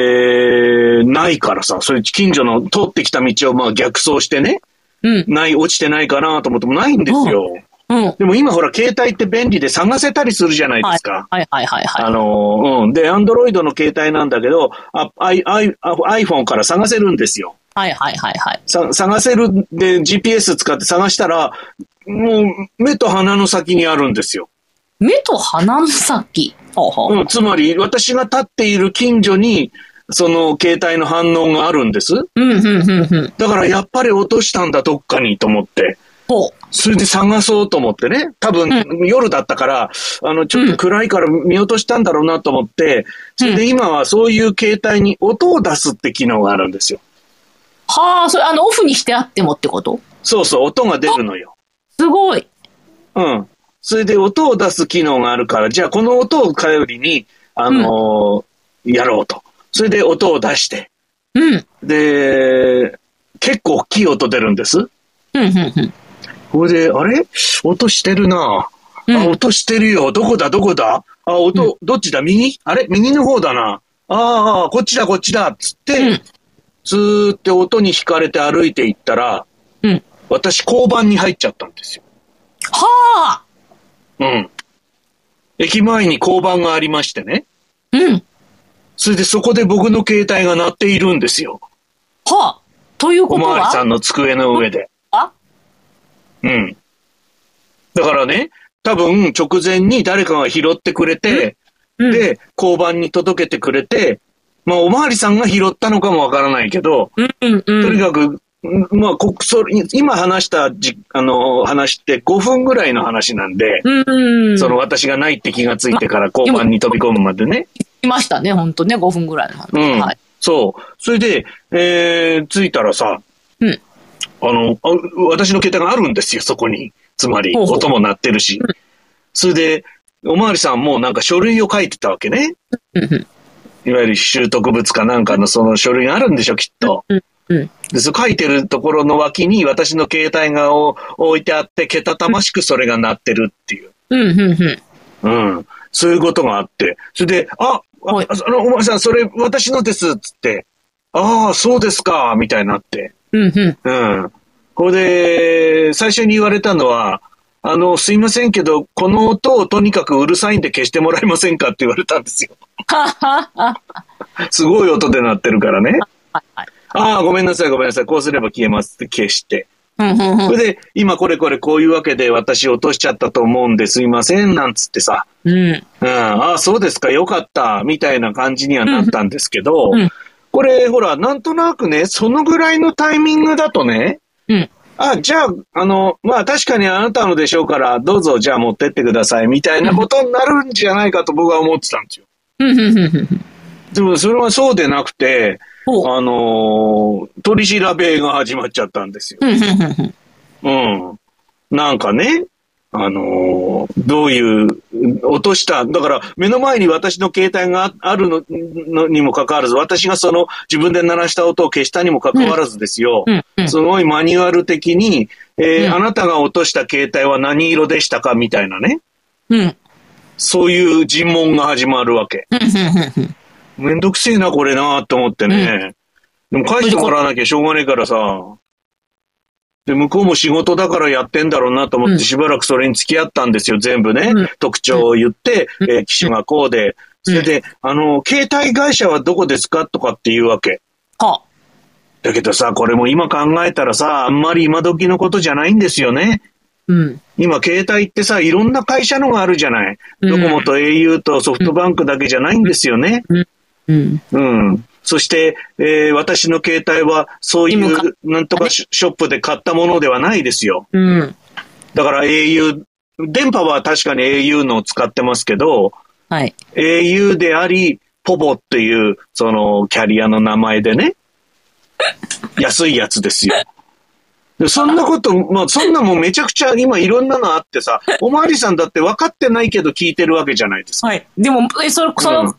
えー、ないからさ、それ近所の通ってきた道をまあ逆走してね、うん。ない、落ちてないかなと思ってもないんですよ。うん。でも今ほら、携帯って便利で探せたりするじゃないではいすか。はいはいはいあはの、うん。で、アンドロイドの携帯なんだけど、あアイアイあ iPhone から探せるんですよ。い。はいはいはいはい。さ探せるんで、GPS 使って探したら、もう、目と鼻の先にあるんですよ。目と鼻の先。ほうほう。うん、つまり、私が立っている近所に、その携帯の反応があるんです。うんうんうんうん。だから、やっぱり落としたんだ、どっかに、と思って。ほう。それで探そうと思ってね。多分、夜だったから、あの、ちょっと暗いから見落としたんだろうなと思って、それで今はそういう携帯に音を出すって機能があるんですよ。はあ、それあの、オフにしてあってもってことそうそう、音が出るのよ。すごい。うん。それで音を出す機能があるから、じゃあこの音を頼りに、あのーやろうと。それで音を出して。うん。で、結構大きい音出るんです。うんうんうん。これで、あれ音してるなうんあ、音してるよ。どこだ、どこだあ、音、どっちだ右あれ右の方だな。ああ、こっちだ、こっちだ。つって、うんずーって音に惹かれて歩いていったら、うん。私、交番に入っちゃったんですよ。はあうん。駅前に交番がありましてね。うん。それでそこで僕の携帯が鳴っているんですよ。はあというおことまわりさはんの机の上で。あうん。だからね、多分直前に誰かが拾ってくれて、うんで、交番に届けてくれて、まあ、おまわりさんが拾ったのかもわからないけど、うんうんうとにん。かく、うんまあ、こそれ今話したじ、あの、話って5分ぐらいの話なんで、うん。その私がないって気がついてから交番に飛び込むまでね。いましたね、ほんとね、5分ぐらいの話。うんはい。そう。それで、えー、着いたらさ、うんあのあ、私の携帯があるんですよ、そこに。つまり、ほうほう音も鳴ってるし。それで、おまわりさんもなんか書類を書いてたわけね。うんうんいわゆる拾得物かなんかのその書類があるんでしょ、きっと。うんうんで、その書いてるところの脇に私の携帯がお置いてあって、けたたましくそれが鳴ってるっていう。うんうんうん。うん。そういうことがあって。それで、あ、あはいあの、お前さん、それ私のです、つって。ああ、そうですか、みたいになって。うんうん。うん。これで、最初に言われたのは、あの、すいませんけど、この音をとにかくうるさいんで消してもらえませんかって言われたんですよ。ははは。すごい音で鳴ってるからね。はいはい。ああ、ごめんなさい、ごめんなさい。こうすれば消えますって消して。うんうんそれで、今これこれこういうわけで私落としちゃったと思うんですいません、なんつってさ。うん。うん。うん、ああ、そうですか、よかった、みたいな感じにはなったんですけど、うんうんこれ、ほら、なんとなくね、そのぐらいのタイミングだとね、うん。あ、じゃあ、あの、まあ確かにあなたのでしょうから、どうぞ、じゃあ持ってってください、みたいなことになるんじゃないかと僕は思ってたんですよ。うんうんうんうん。でも、それはそうでなくて、ほう。あのー取り調べが始まっちゃったんですよ。うんうんうんうん。うん。なんかね、あのーどういう、落とした、だから目の前に私の携帯がああるののにもかかわらず、私がその自分で鳴らした音を消したにもかかわらずですよ、うんうん。すごいマニュアル的に、えーうんあなたが落とした携帯は何色でしたかみたいなね、うん。そういう尋問が始まるわけ。うんうんうんうん。めんどくせえな、これな、と思ってね。でも返してもらわなきゃしょうがねえからさ。で、向こうも仕事だからやってんだろうなと思っうんて、しばらくそれに付き合ったんですよ、全部ね。うん特徴を言って、うんえー機種がこうで。それで、あの、携帯会社はどこですかとかっていうわけ。はだけどさ、これも今考えたらさ、あんまり今時のことじゃないんですよね。うん。今、携帯ってさ、いろんな会社のがあるじゃない。うんドコモと au とソフトバンクだけじゃないんですよね。うん。うん。そして、えー私の携帯は、そういでもかう、なんとかシショップで買ったものではないですよ。うん。だから au、電波は確かに au のを使ってますけど、はい。 au であり、ポボっていう、その、キャリアの名前でね、安いやつですよ。でそんなこと、まあ、そんなもんめちゃくちゃ今いろんなのあってさ、おまわりさんだって分かってないけど聞いてるわけじゃないですか。はい。でも、え、それ、その、うん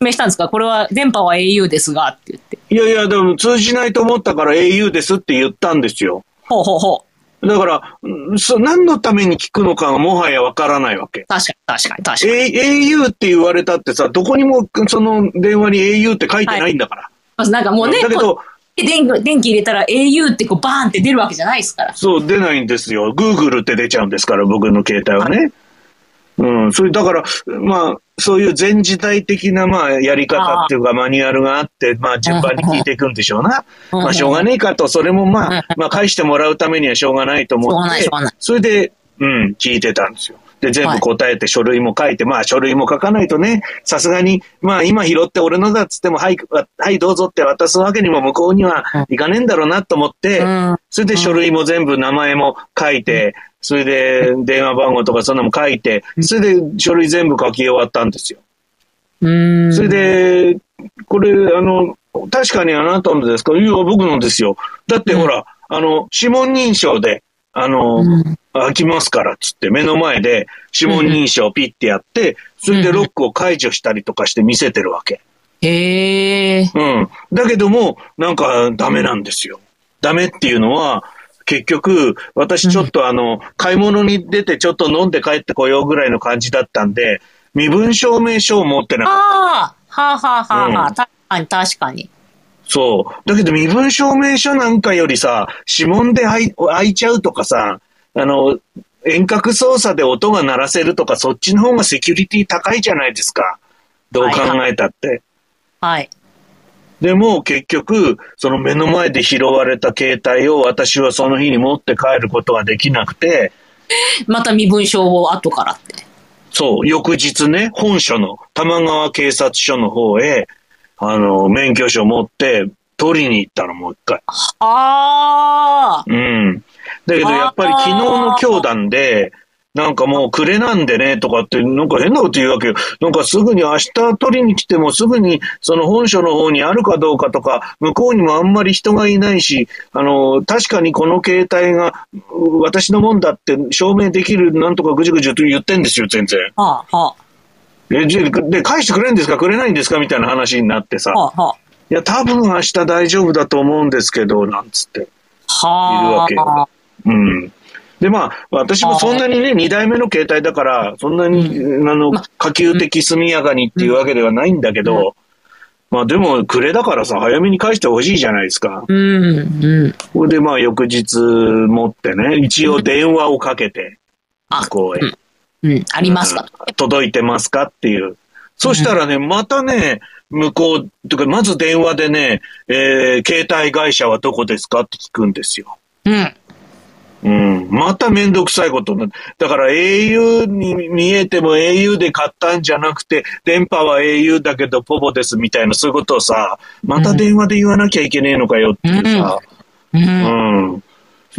説明したんですかこれは、電波は au ですが、って言って。いやいや、でも通じないと思ったから au ですって言ったんですよ。ほうほうほう。だから、うんそう何のために聞くのかがもはやわからないわけ。確かに、確かに、確かに。 A- au って言われたってさ、どこにもその電話に au って書いてないんだから。なんかもうね、だけどこ、う電気電気入れたら au ってこうバーンって出るわけじゃないですから。そう、出ないんですよ。Google って出ちゃうんですから、僕の携帯はね。うん、それだから、まあ、そういう全時代的な、まあ、やり方っていうか、マニュアルがあって、まあ、順番に聞いていくんでしょうな。うんまあ、しょうがねえかと、それもまあ、まあ、返してもらうためにはしょうがないと思しょうがっないてしょうがない、それで、うん、聞いてたんですよ。で、全は部い答えて、書類も書いて、まあ、書類も書かないとね、さすがに、まあ、今拾って俺のだっつっても、はい、わはい、どうぞって渡すわけにも向こうにはいかねえんだろうなと思って、うん。それで書類も全部名前も書いて、それで電話番号とかそんなのも書いて、それで書類全部書き終わったんですよ。うん。それで、これ、あの、確かにあなたのですかいや、僕のですよ。だってほら、あの、指紋認証で、あの、うん開きますからっつって目の前で指紋認証ピッてやって、それでロックを解除したりとかして見せてるわけ。へえ。うん。だけども、なんかダメなんですよ。ダメっていうのは、結局、私ちょっとあの、買い物に出てちょっと飲んで帰ってこようぐらいの感じだったんで、身分証明書を持ってなかった。ああはあはあはあはあ、うん確かに確かに。そう。だけど身分証明書なんかよりさ、指紋で開い開いちゃうとかさ、あの、遠隔操作で音が鳴らせるとか、そっちの方がセキュリティ高いじゃないですか。どう考えたって。はい。でも結局、その目の前で拾われた携帯を私はその日に持って帰ることができなくて、また身分証を後からって。そう、翌日ね、本署の玉川警察署の方へ、あの、免許証持って取りに行ったの、もう一回。ああうん。だけどやっぱり昨日の教団で、なんかもうくれなんでねとかって、なんか変なこと言うわけよ。なんかすぐに明日取りに来てもすぐにその本所の方にあるかどうかとか、向こうにもあんまり人がいないし、あの、確かにこの携帯がう私のもんだって証明できるなんとかぐじゅぐじゅと言ってんですよ、全然。はあ、はえ、じゃで、返してくれんですかくれないんですかみたいな話になってさあ、。はあ、はあ。いや、多分明日大丈夫だと思うんですけど、なんつって。いるはわけようん。で、まあ、私もそんなにね、2代目の携帯だから、そんなに、あの、可及的速やかにっていうわけではないんだけど、まあでも、暮れだからさ、早めに返してほしいじゃないですか。うん、うん。それでまあ、翌日持ってね、一応電話をかけて、あ向、こうへ。うん、ありますか。うん届いてますかっていう。そしたらね、またね、向こう、とか、まず電話でね、えー携帯会社はどこですかって聞くんですよ。うん。うん。まためんどくさいことになる。だから au に見えても au で買ったんじゃなくて、電波は au だけどポボですみたいな、そういうことをさ、また電話で言わなきゃいけねえのかよっていうさ。う。うんん。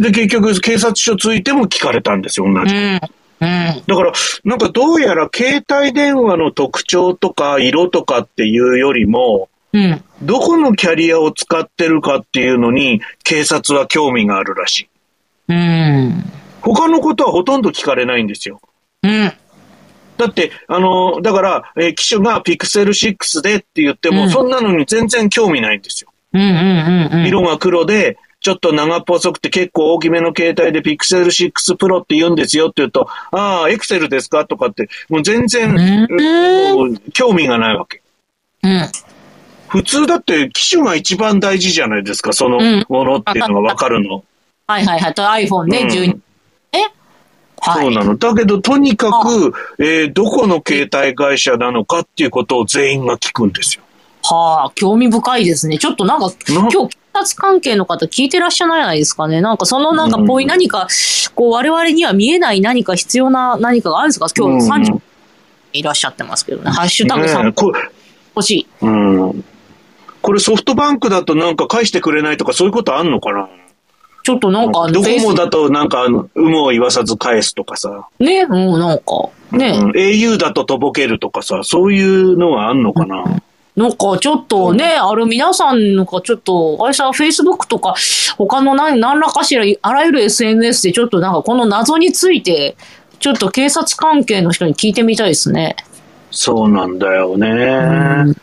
で、結局、警察署ついても聞かれたんですよ、同うじ。ん。うん。だから、なんかどうやら携帯電話の特徴とか色とかっていうよりも、うん。どこのキャリアを使ってるかっていうのに、警察は興味があるらしい。うん。他のことはほとんど聞かれないんですよ。うん。だって、あの、だから、えー機種がピクセル6でって言っても、うんそんなのに全然興味ないんですよ。うん。うん。うん。色が黒で、ちょっと長っぽそくて結構大きめの携帯でピクセル6プロって言うんですよって言うと、ああ、エクセルですかとかって、もう全然、うん。もう興味がないわけ。うん。普通だって機種が一番大事じゃないですか、そのうんものっていうのがわかるの。はいはいはい。と iPhone ね、うん12。えはそうい。なの。だけど、とにかく、えーどこの携帯会社なのかっていうことを全員が聞くんですよ。はあ、興味深いですね。ちょっとなんか、今な日、警察関係の方聞いてらっしゃらないですかね。なんか、そのなんか、こういう何か、こう、我々には見えない何か必要な何かがあるんですか今日30うんいらっしゃってますけどね。ハッシュタグねえ3こ欲しい。うん。これソフトバンクだとなんか返してくれないとかそういうことあんのかなちょっとなんかあの、ドコモ Facebook だとなんかあの、有無を言わさず返すとかさ、ね、もうなんか、ね、うん au だととぼけるとかさ、そういうのはあんのかな、なんかちょっとね、あれ皆さんのかちょっと、あれさ、Facebook とか、他の何、何らかしら、あらゆる SNS でちょっとなんかこの謎について、ちょっと警察関係の人に聞いてみたいですね。そうなんだよね。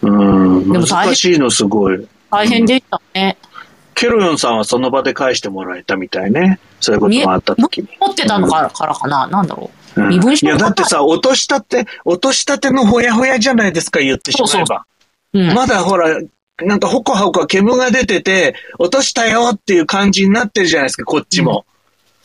うん。でもさ難しいのすごい。大変でしたね。ケロヨンさんはその場で返してもらえたみたいね。そういうことがあった時に。持ってたのからからかな、なんだろうんう。身分い証や、だってさ、落としたて、落としたてのほやほやじゃないですか、言ってしまえば。そうそううん。まだほら、なんかほこほこ煙が出てて、落としたよっていう感じになってるじゃないですか、こっちも。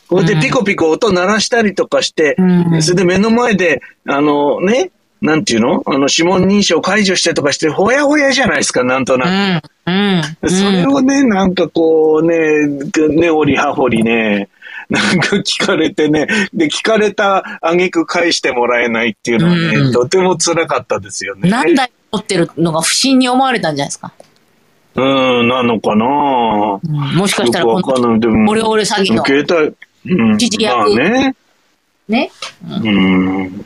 これうでんピコピコ音鳴らしたりとかして、うんそれで目の前で、あのね、なんていうのあの、指紋認証解除してとかして、ほやほやじゃないですか、なんとうなく。ん。うん。うんそれをね、なんかこうね、ぐねおりはほりね、なんか聞かれてね、で、聞かれた挙句返してもらえないっていうのはね、うんとても辛かったですよね。何台持ってるのが不審に思われたんじゃないですか。うん、なのかなうんもしかよしたらくこわのかんない。でも、オレオレ詐欺の携帯、うん指示、まあ役ね。ね。うん。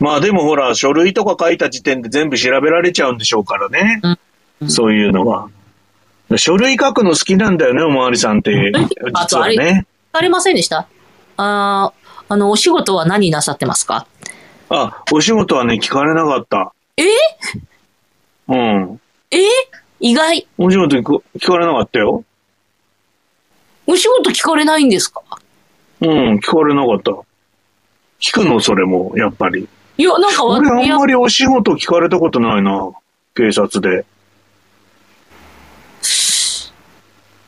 まあでもほら、書類とか書いた時点で全部調べられちゃうんでしょうからね。うんうんそういうのは。書類書くの好きなんだよね、おまわりさんって。あ実とあはれね。聞かれませんでしたあーあの、お仕事は何なさってますかあ、お仕事はね、聞かれなかった。えうん。え意外。お仕事聞こ聞かれなかったよ。お仕事聞かれないんですかうん、聞かれなかった。聞くの、それも、やっぱり。いや、なんかわ俺、あいんやまりお仕事聞かれたことないな、警察で。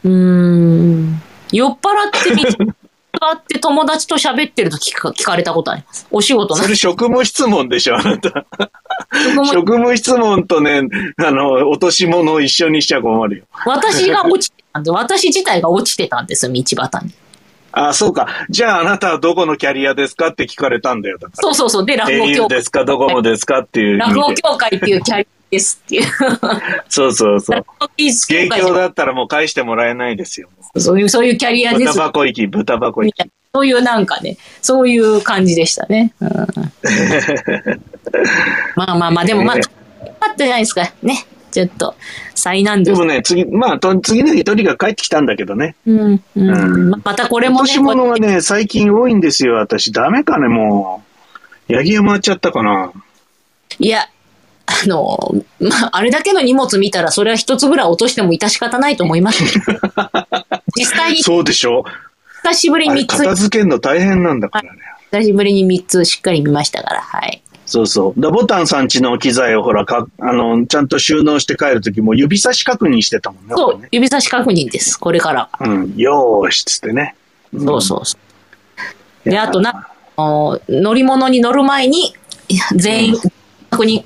うーん。酔っ払ってみ酔っ払って友達と喋ってると聞か聞かれたことあります。お仕事そね。れ職務質問でしょ、あなた。僕も職務質問とね、あの、落とし物を一緒にしちゃ困るよ。私が落ちてたんで、私自体が落ちてたんですよ、道端に。あ、そうか。じゃああなたはどこのキャリアですかって聞かれたんだよ。だかそうそうそう。で、ら。落語 au 協で会。すか、ドコモですかっていう意味落語で。協会っていうキャリですっていう。そうそう そう。いいです芸協だったらもう返してもらえないですよ。そういう、そういうキャリアで豚す。箱行き、豚箱行き。そういうなんかね、そういう感じでしたね。うん、まあまあまあ、でもまあ、ねよかったじゃないですか。ね。ちょっと、災難で度。もね、次、まあ、と次の日とにかく帰ってきたんだけどね。うん、うん。うんままたこれ落もとね、し物がね、最近多いんですよ、私。ダメかね、もう。八木山回っちゃったかな。いや、あの、まあ、あれだけの荷物見たら、それは一つぐらい落としても致し方ないと思い ます。実際に、そうでしょ久しぶりあにれ3つ片、付けるの大変なんだからね。久しぶりに3つしっかり見ましたから、はい。そうそう。だボタンさんちの機材をほら、か、あの、ちゃんと収納して帰るときも指差し確認してたもんね。そ俺うね、指差し確認です、これからは。うん。よーし、つってね。そうそうそう。うんで、あとな、あの乗り物に乗る前に、いや全員、確認、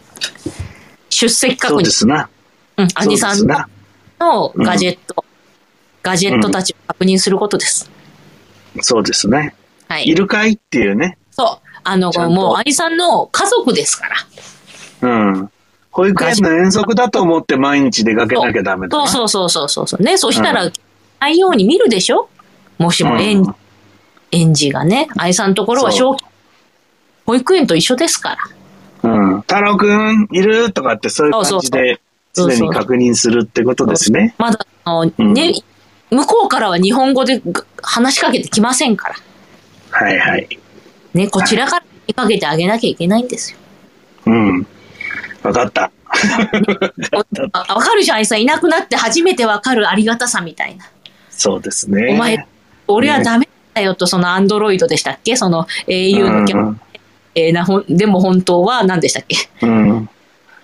出席確そうで認、すな。うん、兄さそんうですな。のガジェット、ガジェットたちを確認することです。そうですね。はいい。るかいっていうね。そう。あのちゃん、ともう、兄さんの家族ですから。うん。保育園の遠足だと思って毎日出かけなきゃダメだそな。ううそうそうそうそうそう。ね、そしたら、うないように見るでしょもしも園ん児、園児がね、愛さんのところはそ小、保育園と一緒ですから。うん。太郎くん、いるとかってそういう感じで、そうそう常に確認するってことですね。まだ、あの、うんね、向こうからは日本語でぐ話しかけてきませんから。はいはい。ね、こちらから話しかけてあげなきゃいけないんで すよ。うん。わかった。あわかるじゃん、愛さん。いなくなって初めてわかるありがたさみたいな。そうですね。お前、俺はダメだよと、そのアンドロイドでしたっけその au のキャラ、えーなほんでも本当は何でしたっけうん。うん。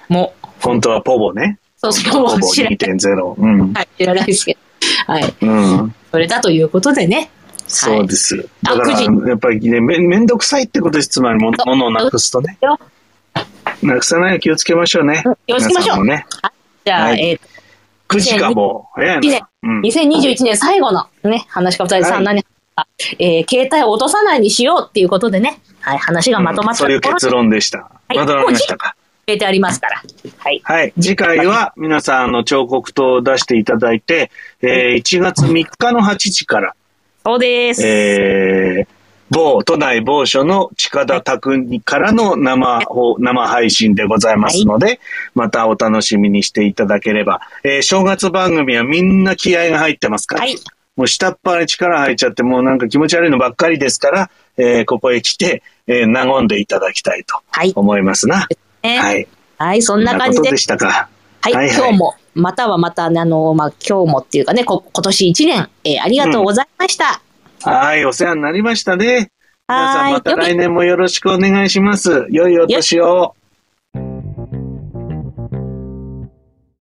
もう、本当はポボね。そうそう、ポボ知らない。 2.0。うん。はい、知らないですけど。はい。うん。それだということでね。そうです。だあから、くやっぱりね、めめんどくさいってことです。つまりも、そうものをなくすとねそう。なくさないように気をつけましょうねうん。気をつけましょ皆さうんもね。じゃあ、はいえー9時かもう。早いな。うん。 2021年最後のね、話し方でさ、はい何話したえー携帯を落とさないにしようっていうことでね、はい、話がまとうまんったそういうところ結論でした。はいまとまりましたか。出てありますから。はい。はい。次回は皆さんあの彫刻刀を出していただいて、えー1月3日の8時から、そうです。えー某、都内某所の近田拓にからの生放、生配信でございますので、またお楽しみにしていただければ。えー正月番組はみんな気合が入ってますから、はい。もう下っ端に力入っちゃって、もうなんか気持ち悪いのばっかりですから、えーここへ来て、えー和んでいただきたいとはい。思いますな。ねははい、い。そこんな感じことでで。したか。はい、はいはい今日も、またはまた、あの、まあ、今日もっていうかね、こ今年1年、えーありがとうございました。はい、お世話になりましたね。皆さはーんいまたよみ来年もよろしくお願いします。良いお年を。